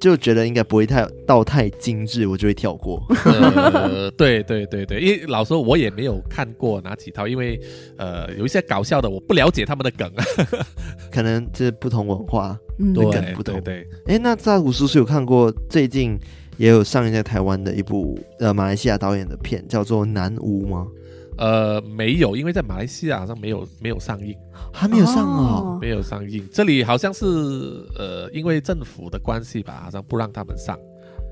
[SPEAKER 1] 就觉得应该不会太到太精致，我就会跳过。
[SPEAKER 3] 呃，对对对对，因为老实说我也没有看过哪几套，因为呃有一些搞笑的我不了解他们的梗啊。
[SPEAKER 1] 可能这是不同文化。
[SPEAKER 2] 嗯，
[SPEAKER 1] 对
[SPEAKER 3] 对
[SPEAKER 1] 梗不同
[SPEAKER 3] 对对，
[SPEAKER 1] 诶，那扎古叔叔有看过最近也有上映在台湾的一部呃马来西亚导演的片，叫做《南屋》吗？
[SPEAKER 3] 呃，没有，因为在马来西亚好像没有没有上映，
[SPEAKER 1] 还没有上哦。
[SPEAKER 3] 没有上映。这里好像是呃，因为政府的关系吧，好像不让他们上。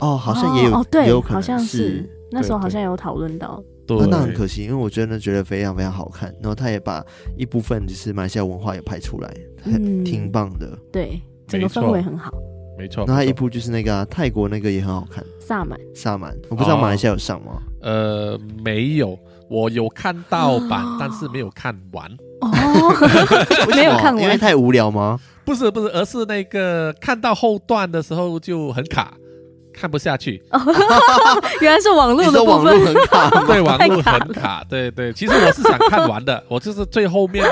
[SPEAKER 1] 哦，好像也有，
[SPEAKER 2] 哦，对
[SPEAKER 1] 也有，可
[SPEAKER 2] 好
[SPEAKER 1] 能
[SPEAKER 2] 像是那时候
[SPEAKER 3] 对
[SPEAKER 2] 好像有讨论到，
[SPEAKER 3] 对，
[SPEAKER 1] 啊那很可惜，因为我真的觉得非常非常好看，然后他也把一部分就是马来西亚文化也拍出来，很、
[SPEAKER 2] 嗯，
[SPEAKER 1] 挺棒的。
[SPEAKER 2] 对，整个
[SPEAKER 3] 没错
[SPEAKER 2] 氛围很好，
[SPEAKER 3] 没错。
[SPEAKER 1] 然后他一
[SPEAKER 3] 没错
[SPEAKER 1] 部就是那个啊、泰国那个也很好看，
[SPEAKER 2] 萨满
[SPEAKER 1] 《萨满》，我不知道马来西亚有上吗？
[SPEAKER 3] 呃没有，我有看到版，
[SPEAKER 2] 哦
[SPEAKER 3] 但是没有看 完。
[SPEAKER 2] 哦，
[SPEAKER 1] 为
[SPEAKER 2] 没
[SPEAKER 1] 什
[SPEAKER 2] 有
[SPEAKER 1] 么
[SPEAKER 2] 看
[SPEAKER 1] 因为
[SPEAKER 2] 完，
[SPEAKER 1] 太无聊吗？
[SPEAKER 3] 不是不是，而是那个看到后段的时候就很卡，看不下去。
[SPEAKER 2] 原来是网
[SPEAKER 1] 你
[SPEAKER 2] 络的
[SPEAKER 1] 说
[SPEAKER 2] 部
[SPEAKER 1] 网
[SPEAKER 2] 分
[SPEAKER 1] 络，很哦卡吗？
[SPEAKER 3] 对，网络
[SPEAKER 2] 太卡
[SPEAKER 3] 很卡，对对。其实我是想看完的， 我就是最 后面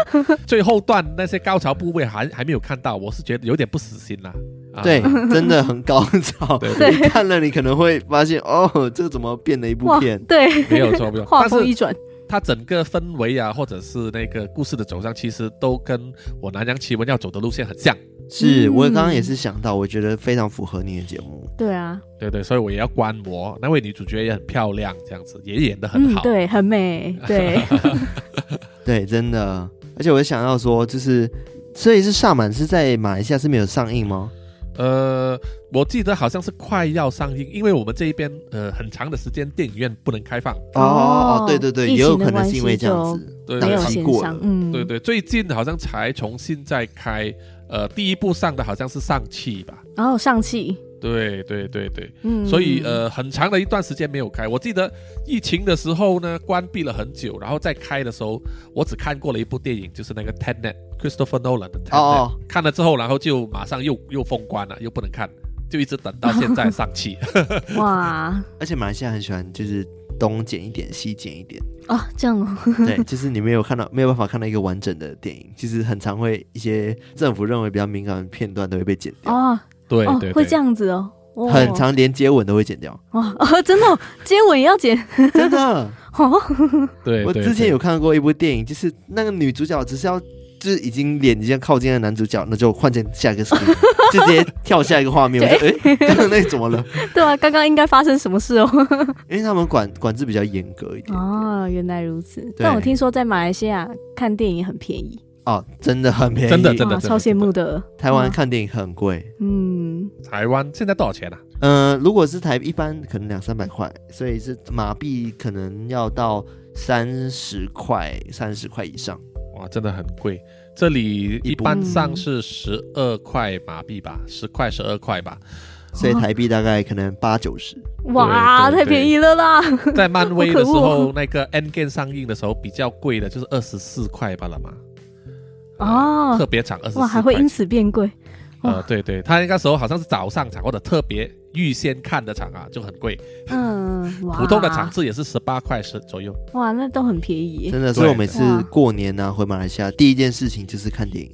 [SPEAKER 3] 最后段那些高潮部位还还没有看到，我是觉得有点不死心啦、啊
[SPEAKER 1] 对，真的很高 潮。
[SPEAKER 3] 对
[SPEAKER 2] 对
[SPEAKER 1] 你看了你可能会发现，哦，这怎么变了一部
[SPEAKER 2] 哇
[SPEAKER 1] 片？，
[SPEAKER 2] 对，
[SPEAKER 3] 没有错，没 有错。
[SPEAKER 2] 画
[SPEAKER 3] 但
[SPEAKER 2] 风一
[SPEAKER 3] 是
[SPEAKER 2] 转，
[SPEAKER 3] 它整个氛围啊，或者是那个故事的走向，其实都跟我南洋奇闻要走的路线很像。
[SPEAKER 1] 是
[SPEAKER 2] 嗯
[SPEAKER 1] 我刚刚也是想到，我觉得非常符合你的节目。
[SPEAKER 2] 对啊，
[SPEAKER 3] 对对，所以我也要观摩。那位女主角也很漂亮，这样子也演得很
[SPEAKER 2] 嗯，
[SPEAKER 3] 好。
[SPEAKER 2] 对，很美， 对，
[SPEAKER 1] 对，真的。而且我想要说，就是所以是萨满是在马来西亚是没有上映吗？
[SPEAKER 3] 呃，我记得好像是快要上映，因为我们这一边呃很长的时间电影院不能开放。
[SPEAKER 1] 哦哦，
[SPEAKER 2] 哦
[SPEAKER 1] 对对对，
[SPEAKER 2] 疫情
[SPEAKER 1] 也有
[SPEAKER 2] 的
[SPEAKER 1] 可能
[SPEAKER 2] 关
[SPEAKER 1] 是因为
[SPEAKER 2] 系
[SPEAKER 1] 这样
[SPEAKER 2] 就
[SPEAKER 1] 子，
[SPEAKER 3] 对
[SPEAKER 2] 没
[SPEAKER 3] 对
[SPEAKER 2] 有
[SPEAKER 1] 档期
[SPEAKER 2] 线
[SPEAKER 1] 过
[SPEAKER 2] 上
[SPEAKER 1] 了，
[SPEAKER 2] 嗯，
[SPEAKER 3] 对对，最近好像才重新再开。呃，第一部上的好像是上汽吧？
[SPEAKER 2] 然后上气，
[SPEAKER 3] 对对对对，
[SPEAKER 2] 嗯，
[SPEAKER 3] 所以呃，很长的一段时间没有开。我记得疫情的时候呢，关闭了很久，然后再开的时候，我只看过了一部电影，就是那个《Tenet》，Christopher Nolan 的《Tenet》。
[SPEAKER 1] 哦哦
[SPEAKER 3] 看了之后，然后就马上又又封关了，又不能看，就一直等到现在上期。
[SPEAKER 2] 哇，
[SPEAKER 1] 而且马来西亚很喜欢就是东剪一点，西剪一 点，
[SPEAKER 2] 哦，这样哦，
[SPEAKER 1] 对，就是你没有看到，没有办法看到一个完整的电影，其实很常会一些政府认为比较敏感的片段都会被剪掉，
[SPEAKER 2] 哦，
[SPEAKER 3] 对
[SPEAKER 2] 哦
[SPEAKER 3] 对，
[SPEAKER 2] 会
[SPEAKER 3] 对，
[SPEAKER 2] 这样子哦，哇
[SPEAKER 1] 很长连接吻都会剪掉，
[SPEAKER 2] 哇， 哦，真的哦，接吻也要剪
[SPEAKER 1] 真的。
[SPEAKER 2] 哦，
[SPEAKER 3] 对，
[SPEAKER 1] 我
[SPEAKER 3] 对
[SPEAKER 1] 之前
[SPEAKER 3] 对
[SPEAKER 1] 有看过一部电影，就是那个女主角只是要。就是已经脸已经靠近了男主角，那就换成下一个 screen，就直接跳下一个画面。 我就哎，刚刚那怎么了？
[SPEAKER 2] 对啊，刚刚应该发生什么事哦？
[SPEAKER 1] 因为他们管管制比较严格一点。
[SPEAKER 2] 哦，原来如此。但我听说在马来西亚看电影很便宜，
[SPEAKER 1] 哦，真的很便宜，
[SPEAKER 3] 真的真的
[SPEAKER 2] 哇，超羡慕的。
[SPEAKER 1] 台湾看电影很贵，
[SPEAKER 2] 嗯，
[SPEAKER 3] 台湾现在多少钱啊？
[SPEAKER 1] 嗯、如果是台一般可能两三百块，所以是马币可能要到三十块、三十块以上。
[SPEAKER 3] 哇，真的很贵。这里
[SPEAKER 1] 一
[SPEAKER 3] 一
[SPEAKER 1] 部
[SPEAKER 3] 般上是十二块马币吧，十块十二块吧。
[SPEAKER 1] 所以
[SPEAKER 3] 哦
[SPEAKER 1] 台币大概可能八九十，
[SPEAKER 2] 哇，
[SPEAKER 3] 对对
[SPEAKER 2] 太便宜了啦！
[SPEAKER 3] 在漫威的时
[SPEAKER 2] 好可恶
[SPEAKER 3] 候，那个 N Game 上映的时候比较贵的，就是二十四块吧了嘛。
[SPEAKER 2] 哦
[SPEAKER 3] 特别场二十四
[SPEAKER 2] 哇，还会因此变贵，
[SPEAKER 3] 呃，对对，他那个时候好像是早上场或者特别预先看的场啊，就很贵。
[SPEAKER 2] 嗯，哇，
[SPEAKER 3] 普通的场次也是十八块十左右。
[SPEAKER 2] 哇，那都很便宜，
[SPEAKER 1] 真的。所以
[SPEAKER 3] 对
[SPEAKER 1] 我每次
[SPEAKER 2] 哇
[SPEAKER 1] 过年呢、回马来西亚，第一件事情就是看电影，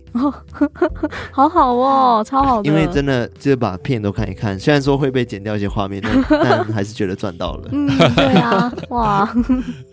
[SPEAKER 2] 好好哦，超好的。
[SPEAKER 1] 因为真的就是把片都看一看。虽然说会被剪掉一些画面， 但但还是觉得赚到了。
[SPEAKER 2] 嗯，对啊，哇，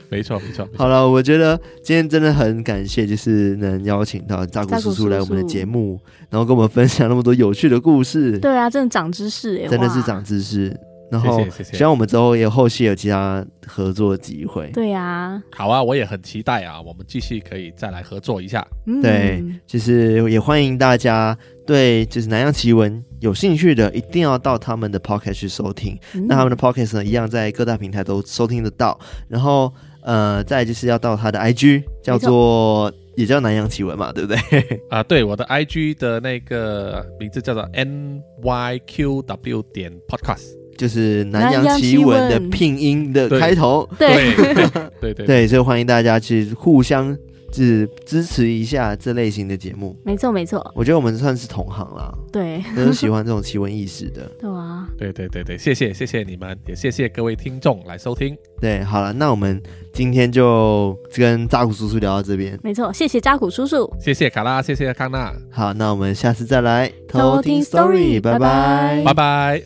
[SPEAKER 3] 没错没错，没错
[SPEAKER 1] 好了，我觉得今天真的很感谢，就是能邀请到扎古
[SPEAKER 2] 扎古
[SPEAKER 1] 叔叔来
[SPEAKER 2] 叔
[SPEAKER 1] 我们的
[SPEAKER 2] 叔
[SPEAKER 1] 节目，然后跟我们分享那么多有趣的故事。
[SPEAKER 2] 对啊，真的长知识哎，
[SPEAKER 1] 真的是
[SPEAKER 2] 哇
[SPEAKER 1] 长知识。然后
[SPEAKER 3] 谢谢谢谢
[SPEAKER 1] 希望我们之后也后续有其他合作机会。
[SPEAKER 2] 对啊，
[SPEAKER 3] 好啊，我也很期待啊，我们继续可以再来合作一下。
[SPEAKER 2] 嗯，
[SPEAKER 1] 对，就是也欢迎大家对就是南洋奇闻有兴趣的，一定要到他们的 podcast 去收听。
[SPEAKER 2] 嗯
[SPEAKER 1] 那他们的 podcast 呢，一样在各大平台都收听得到。然后呃，再来就是要到他的 IG，叫做也叫南洋奇闻嘛，对 不对？
[SPEAKER 3] 啊、对，我的 IG 的那个名字叫做 NYQW 点 Podcast。
[SPEAKER 1] 就是南
[SPEAKER 2] 南
[SPEAKER 1] 洋
[SPEAKER 2] 洋
[SPEAKER 1] 奇
[SPEAKER 2] 奇
[SPEAKER 1] 闻的
[SPEAKER 2] 闻
[SPEAKER 1] 拼音的
[SPEAKER 3] 对
[SPEAKER 1] 开头。
[SPEAKER 2] 对，
[SPEAKER 3] 对对对，
[SPEAKER 1] 对，所以欢迎大家去互相就是支持一下这类型的节目。
[SPEAKER 2] 没错没错，
[SPEAKER 1] 我觉得我们算是同行啦，
[SPEAKER 2] 对
[SPEAKER 1] 都是喜欢这种奇闻异事的。
[SPEAKER 2] 对啊，
[SPEAKER 3] 对对对对，谢谢谢谢你们，也谢谢各位听众来收听。
[SPEAKER 1] 对，好了，那我们今天就跟扎古叔叔聊到这边。
[SPEAKER 2] 没错，谢谢扎古叔叔，
[SPEAKER 3] 谢谢卡拉，谢谢康纳，
[SPEAKER 1] 好，那我们下次再来
[SPEAKER 2] 偷听 story，拜拜
[SPEAKER 3] 拜拜。